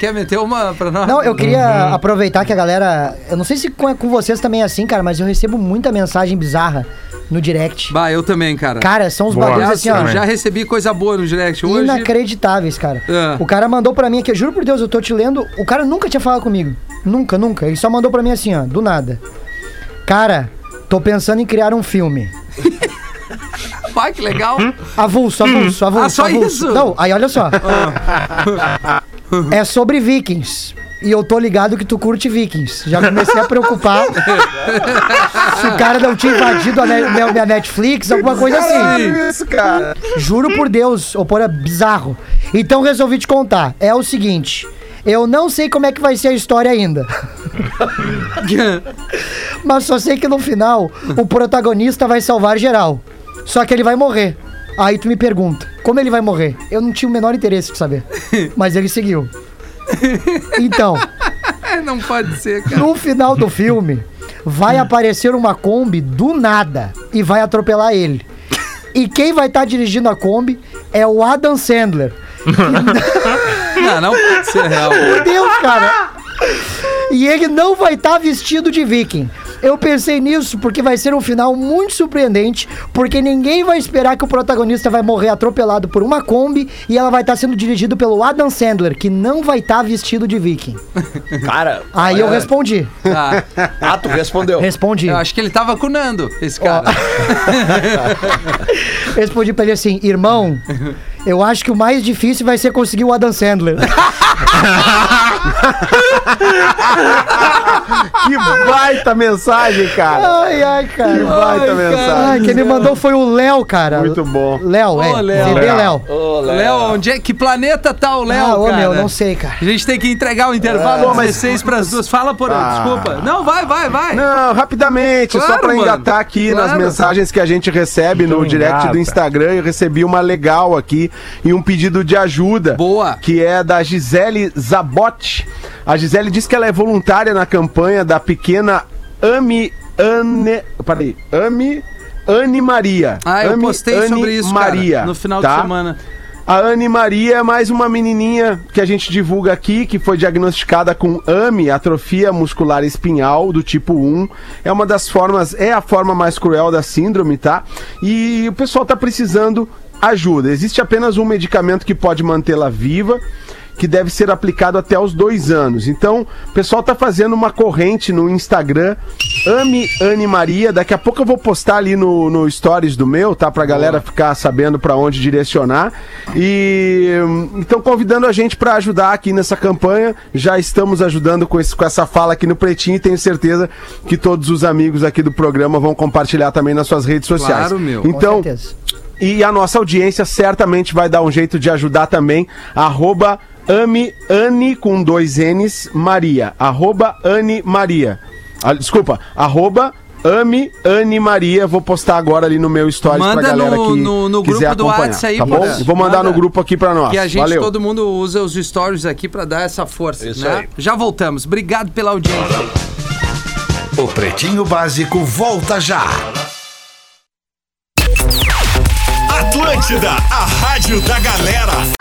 Quer meter uma pra nós?
Uhum. Não, eu queria aproveitar que a galera. Eu não sei se com, com vocês também é assim, cara, mas eu recebo muita mensagem bizarra no direct.
Bah, eu também, cara.
Cara, são os
Boa.
bagulhos
Aliás,
assim, ó.
eu já recebi coisa boa no direct hoje.
Inacreditáveis, cara.
É.
O cara mandou pra mim aqui, eu juro por Deus, eu tô te lendo. O cara nunca tinha falado comigo. Nunca, nunca. Ele só mandou pra mim assim, ó, do nada. Cara, tô pensando em criar um filme.
Pá, que legal.
Uhum. Avulso, avulso, avulso.
Ah, só
avulso.
isso? Ah.
Não, aí olha só. é sobre vikings. E eu tô ligado que tu curte vikings. Já comecei a preocupar se o cara não tinha invadido a ne- minha minha Netflix, alguma
Então,
coisa assim.
Caralho, isso, cara.
Juro por Deus, opora bizarro. Então resolvi te contar. É o seguinte. Eu não sei como é que vai ser a história ainda, mas só sei que no final o protagonista vai salvar geral. Só que ele vai morrer. Aí tu me pergunta, como ele vai morrer? Eu não tinha o menor interesse de saber, mas ele seguiu. Então,
Ai, É, Não pode ser, cara.
no final do filme, vai aparecer uma Kombi do nada e vai atropelar ele. E quem vai estar dirigindo a Kombi é o Adam Sandler.
Não, não pode ser real.
Meu Deus, cara. E ele não vai estar vestido de viking. Eu pensei nisso porque vai ser um final muito surpreendente, porque ninguém vai esperar que o protagonista vai morrer atropelado por uma Kombi e ela vai estar sendo dirigida pelo Adam Sandler, que não vai estar vestido de viking.
Cara,
Aí eu respondi.
Tá.
ah, tu respondeu.
Respondi.
É. Eu acho que ele tava com o Nando, esse cara.
Respondi pra ele assim, irmão, eu acho que o mais difícil vai ser conseguir o Adam Sandler.
Que baita mensagem, cara.
Ai, ai,
Que
cara.
baita
Ai,
mensagem.
quem me mandou foi o Léo, cara.
Muito bom.
Léo, é.
Ô, Léo.
CD Léo.
Ô,
Léo, onde é que planeta tá o Léo,
ah, ô,
cara?
meu, não sei, É. cara.
A gente tem que entregar o intervalo 16 para as duas. Fala, Porã,
Ah.
desculpa. Não, vai, vai, vai.
Não, rapidamente, só
Claro,
pra
mano.
engatar aqui nas
Claro.
mensagens que a gente recebe
Então
no direct
engata.
do Instagram, eu recebi uma legal aqui e um pedido de ajuda.
Boa.
Que é da Gisele Zabotti. A Gisele diz que ela é voluntária na campanha da pequena Ami Ane. Peraí, Ami. Anne Maria.
Ah, eu
Ami
postei
Anne
sobre isso,
Maria,
cara, no final
tá?
de semana.
A Anne Maria é mais uma menininha que a gente divulga aqui, que foi diagnosticada com AMI, atrofia muscular espinhal do tipo 1. É uma das formas, é a forma mais cruel da síndrome, tá? E o pessoal tá precisando ajuda. Existe apenas um medicamento que pode mantê-la viva. Que deve ser aplicado até os dois anos. Então, o pessoal tá fazendo uma corrente no Instagram. Ame Anne Maria. Daqui a pouco eu vou postar ali no, no Stories do meu, tá? Pra galera ficar sabendo pra onde direcionar. E então convidando a gente pra ajudar aqui nessa campanha. Já estamos ajudando com, esse- com essa fala aqui no Pretinho e tenho certeza que todos os amigos aqui do programa vão compartilhar também nas suas redes sociais.
Claro, meu.
Então,
Com certeza.
e a nossa audiência certamente vai dar um jeito de ajudar também. Arroba Ami Anne com dois N's Maria. Arroba Anne Maria. Ah, desculpa, arroba Ami Anne Maria. Vou postar agora ali no meu stories
Manda
pra galera
no-
que
no- no
quiser
grupo do
acompanhar,
WhatsApp aí,
tá bom?
Porã.
Vou mandar
Manda.
no grupo aqui pra nós.
Que a gente,
Valeu.
todo mundo usa os stories aqui pra dar essa força,
Isso
né?
aí.
Já voltamos. Obrigado pela audiência.
O Pretinho Básico volta já. Atlântida, a rádio da galera.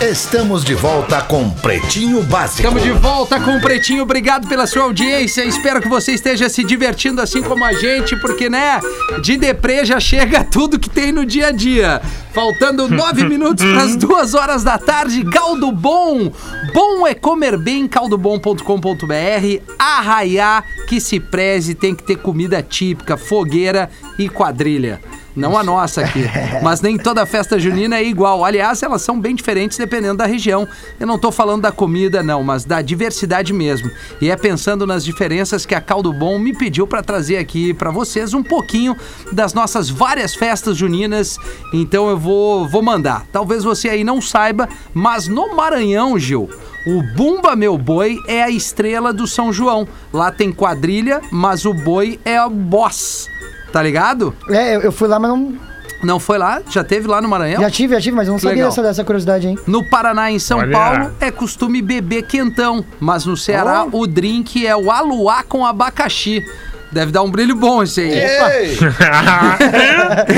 Estamos de volta com Pretinho Básico.
Estamos de volta com o Pretinho. Obrigado pela sua audiência. Espero que você esteja se divertindo assim como a gente, porque, né, de deprê já chega tudo que tem no dia a dia. Faltando nove minutos para as duas horas da tarde. Caldo Bom. Bom é comer bem. Caldobom.com.br. Arraiá que se preze tem que ter comida típica, fogueira e quadrilha. Não a nossa aqui. Mas nem toda festa junina é igual. Aliás, elas são bem diferentes dependendo da região. Eu não tô falando da comida, não, mas da diversidade mesmo. E é pensando nas diferenças que a Caldo Bom me pediu para trazer aqui para vocês um pouquinho das nossas várias festas juninas. Então eu vou, vou mandar. Talvez você aí não saiba, mas no Maranhão, Gil, o Bumba Meu Boi é a estrela do São João. Lá tem quadrilha, mas o boi é o boss. Tá ligado?
É, eu, eu fui lá, mas não.
Não foi lá? Já teve lá no Maranhão?
Já tive, já tive, mas eu não sabia
Legal.
dessa, dessa curiosidade, hein?
No Paraná, em São
Olha.
Paulo, é costume beber quentão. Mas no Ceará, o drink é o aluá com abacaxi. Deve dar um brilho bom esse aí.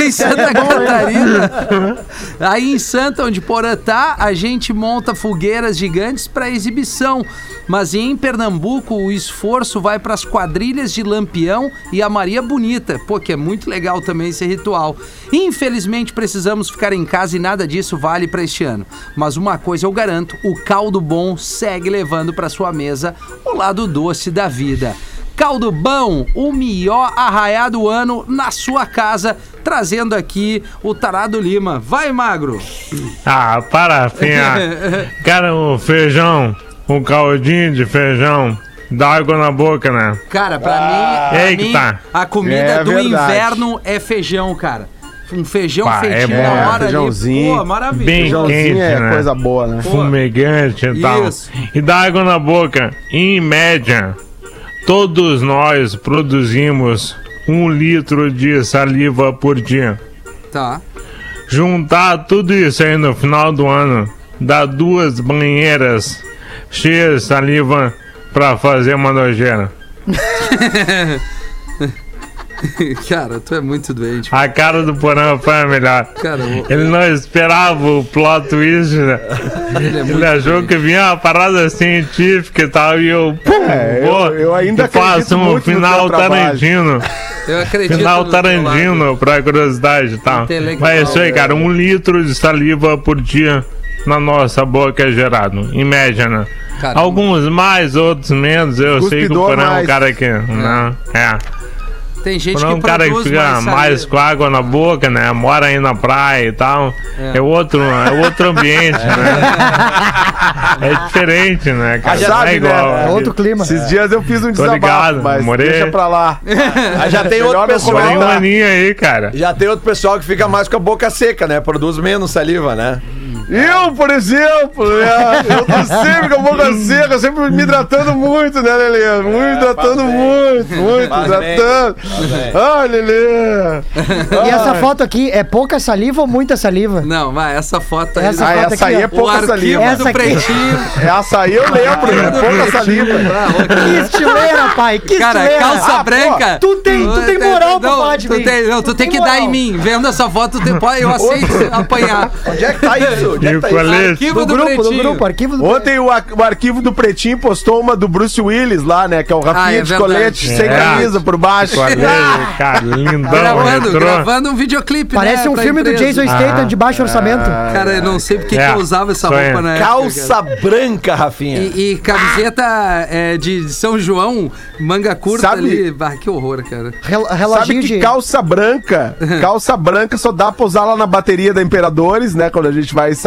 em Santa Catarina. Aí em Santa, onde Porã tá, a gente monta fogueiras gigantes para exibição. Mas em Pernambuco, o esforço vai para as quadrilhas de Lampião e a Maria Bonita. Pô, que é muito legal também esse ritual. Infelizmente, precisamos ficar em casa e nada disso vale para este ano. Mas uma coisa eu garanto, o caldo bom segue levando para sua mesa o lado doce da vida. Caldo Bom, o melhor arraiá do ano na sua casa, trazendo aqui o Tarado Lima. Vai, magro!
Ah, para, finha. Cara, o feijão, um caldinho de feijão, dá água na boca, né?
Cara, pra mim, pra
Eita.
mim, a comida
Ah. É
do
verdade.
inverno é feijão, cara. Um feijão
Pá, é
feitinho
bom.
na hora ali.
Feijãozinho.
Pô, maravilha.
Bem quente,
Feijãozinho é
né?
coisa boa, né?
Fumegante e tal.
Isso.
E dá água na boca. Em média, todos nós produzimos um litro de saliva por dia.
Tá.
juntar tudo isso aí no final do ano, dar duas banheiras cheias de saliva pra fazer uma nojeira.
cara, tu é muito doente.
A cara do Porão foi a melhor.
Cara, o-
Ele não esperava o plot twist, né?
ele é muito
Ele achou
doente.
que vinha uma parada científica e tal, e eu, pum,
É, eu-
vou,
eu ainda
e faço
acredito
um
muito no
final
teu trabalho.
tarantino.
Eu acredito
Final
no teu lado.
Tarantino, pra curiosidade e tal.
Intelectual,
Mas é isso aí, cara. Um litro de saliva por dia na nossa boca é gerado. Em média, né?
Cara,
Alguns mais, outros menos. Eu sei que o
Cuspidor
Porã é um
mais.
cara que. Né? É.
Tem
O
gente
Porã é
que
um cara que
produz
fica mais
saliva.
com água na boca, né? Mora aí na praia e tal.
É.
É, outro, é outro ambiente, né? É diferente, né,
Ah,
cara? Não é
sabe, né?
igual.
É outro clima.
Esses dias eu fiz um desabafo,
ligado,
mas
morei.
deixa pra lá.
Ah, já tem outro
Melhor não
pessoal.
Porém, um
comentar.
aninho aí, cara.
Já tem outro pessoal que fica mais com a boca seca, né? Produz menos saliva, né?
Eu, por exemplo, né? eu tô sempre com a boca seca, sempre me hidratando muito, né, Lelê? Muito hidratando muito, muito
Faz É, bem.
hidratando. Ah, Lelê!
Ah,
E essa foto aqui é pouca saliva ou muita saliva?
Não, vai, essa foto aí. né?
Essa
Ah,
foto
essa aí é
aqui, ó.
o
pouca
arquivo
saliva.
do
Essa aqui. é
pretinho.
Essa aí eu lembro, né? Pouca saliva.
Ah, ô,
Que estileira, pai! Que
Cara,
estileira!
calça
Ah,
branca.
pô, tu tem- tu tem moral pra
não,
falar de
tu
mim.
Tem, não, tu,
Tu
tem,
tem
que dar
moral.
em mim. Vendo essa foto, tu, pô, eu aceito apanhar.
Onde é que tá isso? Onde é
E
que
o
tá isso?
colete.
Arquivo
do
do,
grupo, do
Pretinho.
grupo, arquivo do
Ontem o, ar- o arquivo do Pretinho postou uma do Bruce Willis lá, né? Que é o Rafinha
Ah, é
de
verdade.
colete, sem
É.
camisa por baixo.
Olha ele, é cara, lindão,
Tá Gravando,
retrô.
gravando um videoclipe,
Parece
né,
um
pra
filme do
empresa.
Jason Statham de baixo orçamento.
Cara, eu não sei porque
É,
que eu usava essa
só é.
roupa na época. cara.
Calça branca, Rafinha.
E, e camiseta é, de São João, manga curta
Sabe-
ali. Ah, que horror, cara.
Rel-
Sabe
Reloginho
que
de.
calça branca, calça branca só dá pra usar lá na bateria da Imperadores, né? Quando a gente vai ensaiar.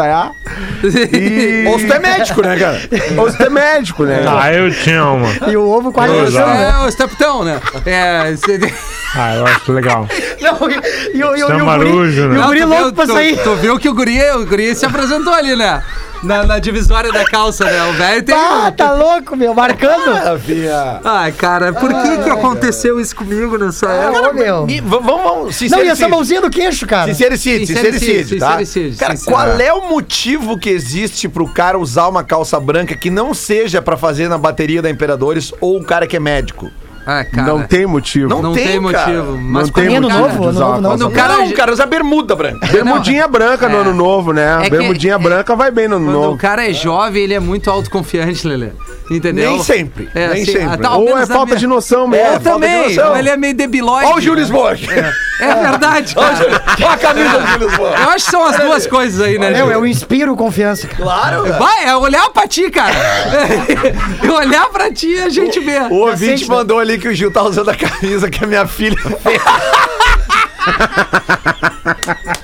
E...
Ou se tu é médico, né, cara?
Ou se tu é médico, né?
Ah, eu tinha uma.
E o ovo quase
Pois
não
é.
chama.
É, o Steptão, né? É, você-
Ah, eu acho legal.
Não, E e o e o- e o
Samarujo,
guri-
né?
e o
Não,
guri
tu
louco
viu-
pra
tu-
sair.
Tu viu que o guri, o guri se apresentou ali, né? Na, na divisória da calça, né? O velho tem.
Ah, tá louco, meu, marcando.
Rafinha.
Ai, cara, por que que aconteceu isso comigo
Ah,
nessa época?
Ô, meu.
E v- Vamos, vamos.
Não, e
sincericídio.
essa mãozinha no queixo, cara.
Sincericídio,
Sincericídio,
sincericídio, tá?
sincericídio,
Cara,
sincericídio.
qual é o motivo que existe pro cara usar uma calça branca que não seja pra fazer na bateria da Imperadores ou o cara que é médico?
Ah, cara.
Não tem motivo.
Não
não
tem,
tem,
cara.
motivo. Mas
Não tem
quando o
motivo
cara-
de usar uma
Quando o
calça
cara.
não, cara, usa bermuda branca.
Bermudinha branca no ano novo, né?
É que-
Bermudinha
é-
branca vai bem no ano
Quando o
novo.
cara é jovem, ele é muito autoconfiante, Lelê. Entendeu?
Nem sempre,
É,
nem
assim,
sempre.
ah, tá, ao
Ou é
menos na
falta
minha-
de noção
Eu
mesmo.
também,
noção.
ele é meio debilóide. né?
Olha o Júlio Lisboa.
É verdade,
Olha o Júlio-
cara.
olha a camisa do Júlio Lisboa.
Eu acho que são as duas coisas aí, né?
Não,
Gil?
eu inspiro confiança, cara.
Claro, cara.
Vai, é olhar pra ti, cara. É olhar pra ti e a gente vê.
O ouvinte
Cacete, né?
mandou ali que o Gil tá usando a camisa que a minha filha fez.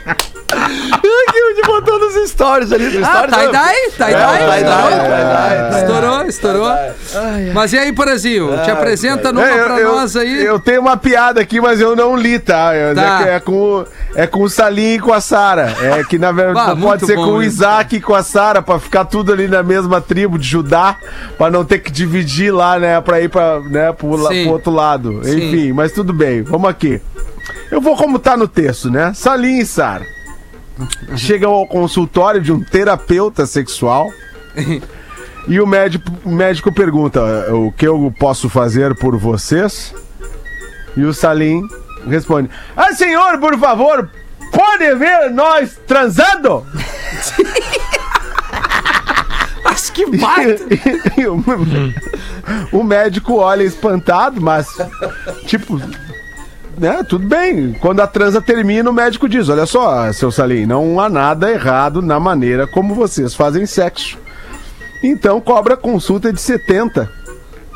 Ai, que eu te botou nos stories ali. Nos
Ah,
stories, né?
tie-dye?
É,
tá,
Tie-dye?
tie-dye,
estourou?
é,
tie-dye,
Estourou, estourou. Mas e aí, Porazinho? Te apresenta numa
É, eu,
pra
eu-
nós aí.
eu tenho uma piada aqui, mas eu não li, tá? Eu-
Tá.
É, que- é com, o- é com o Salim e com a Sara. É que na
Bah,
verdade não
muito
pode ser
bom
com o
isso.
Isaac e com a Sara, pra ficar tudo ali na mesma tribo de Judá, pra não ter que dividir lá, né? Pra ir pra, né, pro, la-
Sim.
pro outro lado.
Sim.
Enfim, mas tudo bem, vamos aqui. Eu vou como tá no texto, né? Salim e Sara. Chegam ao consultório de um terapeuta sexual. E o médico, o médico pergunta: o que eu posso fazer por vocês? E o Salim responde: Ah, senhor, por favor, pode ver nós transando?
Acho que baita.
E- e o, o médico olha espantado, mas tipo, né, tudo bem. Quando a transa termina, o médico diz: "Olha só, seu Salim, não há nada errado na maneira como vocês fazem sexo". Então cobra consulta de 70.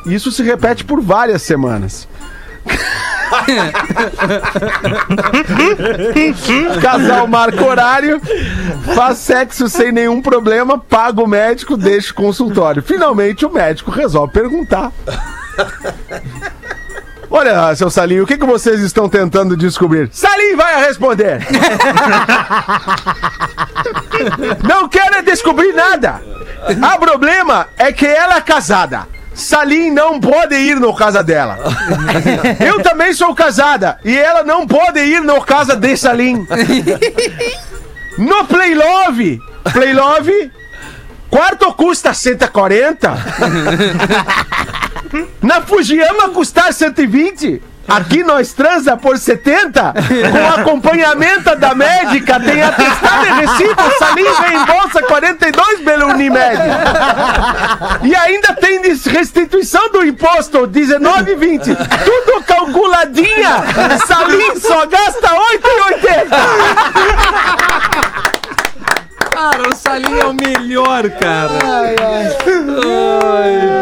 Isso se repete por várias semanas. O casal marca horário, faz sexo sem nenhum problema, paga o médico, deixa o consultório. Finalmente o médico resolve perguntar. Olha, seu Salim, o que, que vocês estão tentando descobrir? Salim vai responder! Não quero é descobrir nada! O problema é que ela é casada. Salim não pode ir no casa dela. Eu também sou casada e ela não pode ir no casa de Salim. No Play Love, Play Love, quarto custa 140. Na Fujiyama custar 120. Aqui nós transa por 70, com acompanhamento da médica, tem atestado e recibo, Salim reembolsa 42 pelo Unimed. E ainda tem des- restituição do imposto, 19,20. Tudo calculadinha, Salim só gasta 8,80.
Cara, o Salim é o melhor, cara. Ai,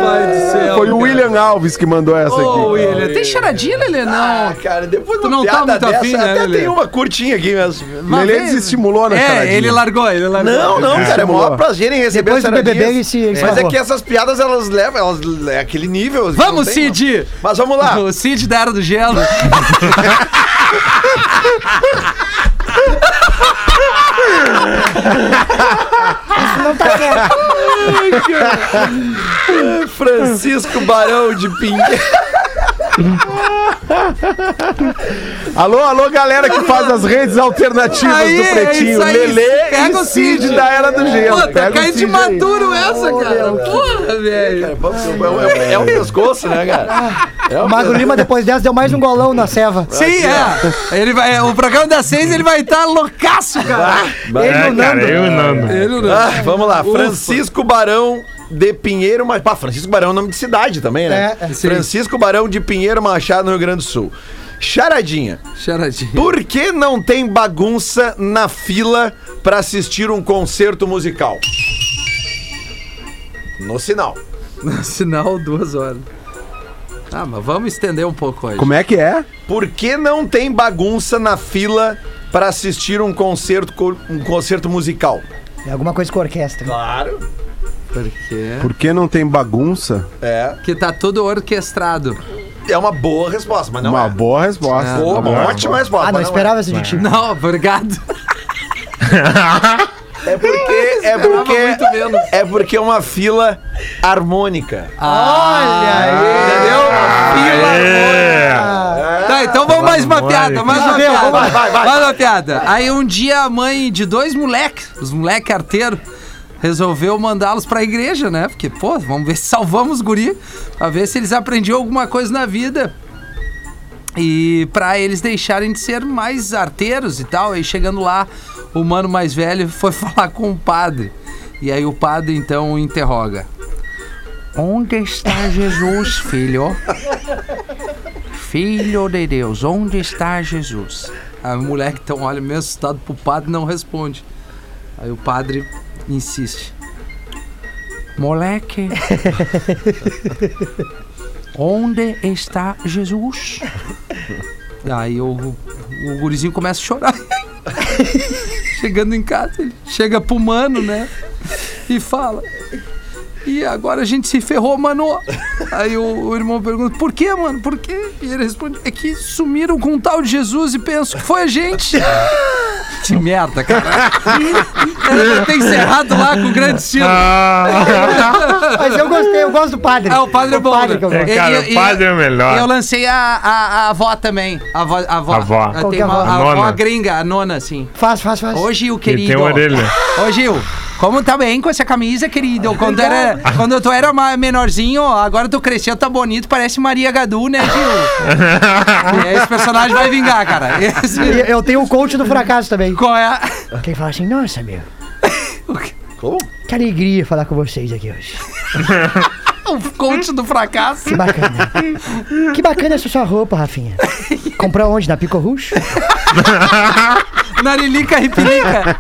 pai do céu.
Foi o William Alves que mandou essa aqui.
é um Ô, William. Tem charadinha, Lelê? Não.
Ah, cara, depois de
Tu
uma
não tá
piada
muito
dessa,
afim, né,
até
Lelê?
tem uma curtinha aqui mesmo.
Uma
Lelê
vez-
desestimulou na
É,
charadinha.
ele largou, ele largou.
Não, não, cara, é o maior prazer em receber
Depois do
essas
BBB
piadas.
esse- esse
Mas é
favor.
que essas piadas, elas levam, elas, é aquele nível. assim, não
Vamos,
tem,
Cid!
não. Mas vamos
Ah.
lá.
O Cid da Era do Gelo.
Francisco Barão de Pinheiro.
Alô, alô, galera que faz as redes alternativas
Aí,
do
é
Pretinho.
isso aí,
Lelê
pega o
e Cid,
Cid.
da Era do Gelo.
Pô, tá
Pega o
caindo de
Cid aí.
maduro essa, cara. Porra, velho.
É, é um pescoço, né,
Ah,
cara?
É.
O Magro Lima, depois dessa, deu mais um golão na ceva.
Sim, é. Ele vai, é, o programa das seis ele vai estar loucaço, cara.
É, cara, eu e o Nando.
Ele não.
Ah, vamos lá. Francisco Barão de Pinheiro Machado. Pá, Francisco Barão é nome de cidade também, né?
É, é.
Sim.
Francisco Barão de Pinheiro Machado, no Rio Grande do Sul. Charadinha.
Charadinha.
Por que não tem bagunça na fila pra assistir um concerto musical? No sinal.
Sinal, duas horas. Ah, mas vamos estender um pouco hoje.
Como é que é?
Por que não tem bagunça na fila pra assistir um concerto, co- um concerto musical?
É alguma coisa com orquestra.
Claro.
Porque...
Por que não tem bagunça?
É.
Porque tá tudo orquestrado.
É uma boa resposta, mas não
uma
é.
boa resposta. Tá
Boa,
Uma
uma
boa
ótima
resposta.
resposta.
Ah, não
mas
é.
esperava esse de ti.
Não, obrigado.
É É porque é
Esperava
porque
muito menos.
é porque é uma fila harmônica.
Ah,
Entendeu? Fila harmônica.
É.
Tá, então vamos mais uma piada, mais uma
Vai, vai,
piada.
vai, vai, vai.
Mais uma piada. Aí um dia a mãe de dois moleques, os moleques carteiros, resolveu mandá-los pra igreja, né? Porque, pô, vamos ver se salvamos os guri, pra ver se eles aprendiam alguma coisa na vida. E pra eles deixarem de ser mais arteiros e tal. Aí chegando lá, o mano mais velho foi falar com o padre. E aí o padre então o interroga. Onde está Jesus, filho? Filho de Deus, onde está Jesus? A mulher que então olha meio assustado pro padre e não responde. Aí o padre insiste. Moleque, onde está Jesus? Aí o, o gurizinho começa a chorar. Chegando em casa, ele chega pro mano, né? E fala. E agora a gente se ferrou, mano. Aí o, o irmão pergunta, por quê, mano? Por quê? E ele responde, é que sumiram com um tal de Jesus e penso que foi a gente. Que merda, cara. Era pra ter tá encerrado lá com grande estilo.
Ah,
Ah, Mas eu gostei, eu gosto do padre.
Ah, o padre é bom.
padre
né?
que eu gosto.
É, cara, o padre é o melhor.
Eu lancei a, a, a avó também. A avó. A avó.
A avó.
Ah,
Qual que
Tem
é a
uma,
avó?
a
A
avó
nona.
gringa, a nona, assim.
Faz, faz, faz.
Ô, Gil,
Ele
querido.
tem orelha.
Ô, Gil, como tá bem com essa camisa, querido? Quando, era, quando tu era ma- menorzinho, agora tu cresceu, tá bonito, parece Maria Gadu, né, Gil? E esse personagem vai vingar, cara. Esse-
E Eu tenho o coach do fracasso também.
Qual é? a-
Quem fala assim, nossa, meu. Que alegria falar com vocês aqui hoje.
O coach do fracasso.
Que bacana. que bacana essa sua roupa, Rafinha. Comprou onde? Na Pico Rush?
Narilica Ripilica.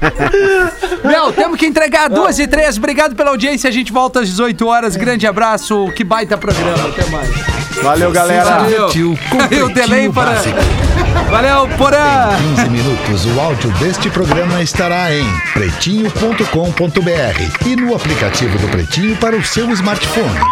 Não, temos que entregar duas e três. Obrigado pela audiência. A gente volta às 18 horas. Grande abraço. Que baita programa. Até mais.
Valeu, galera.
Valeu. Caiu o delay para. Valeu, Porã.
15 minutos. O áudio deste programa estará em pretinho.com.br e no aplicativo do Pretinho para o seu smartphone.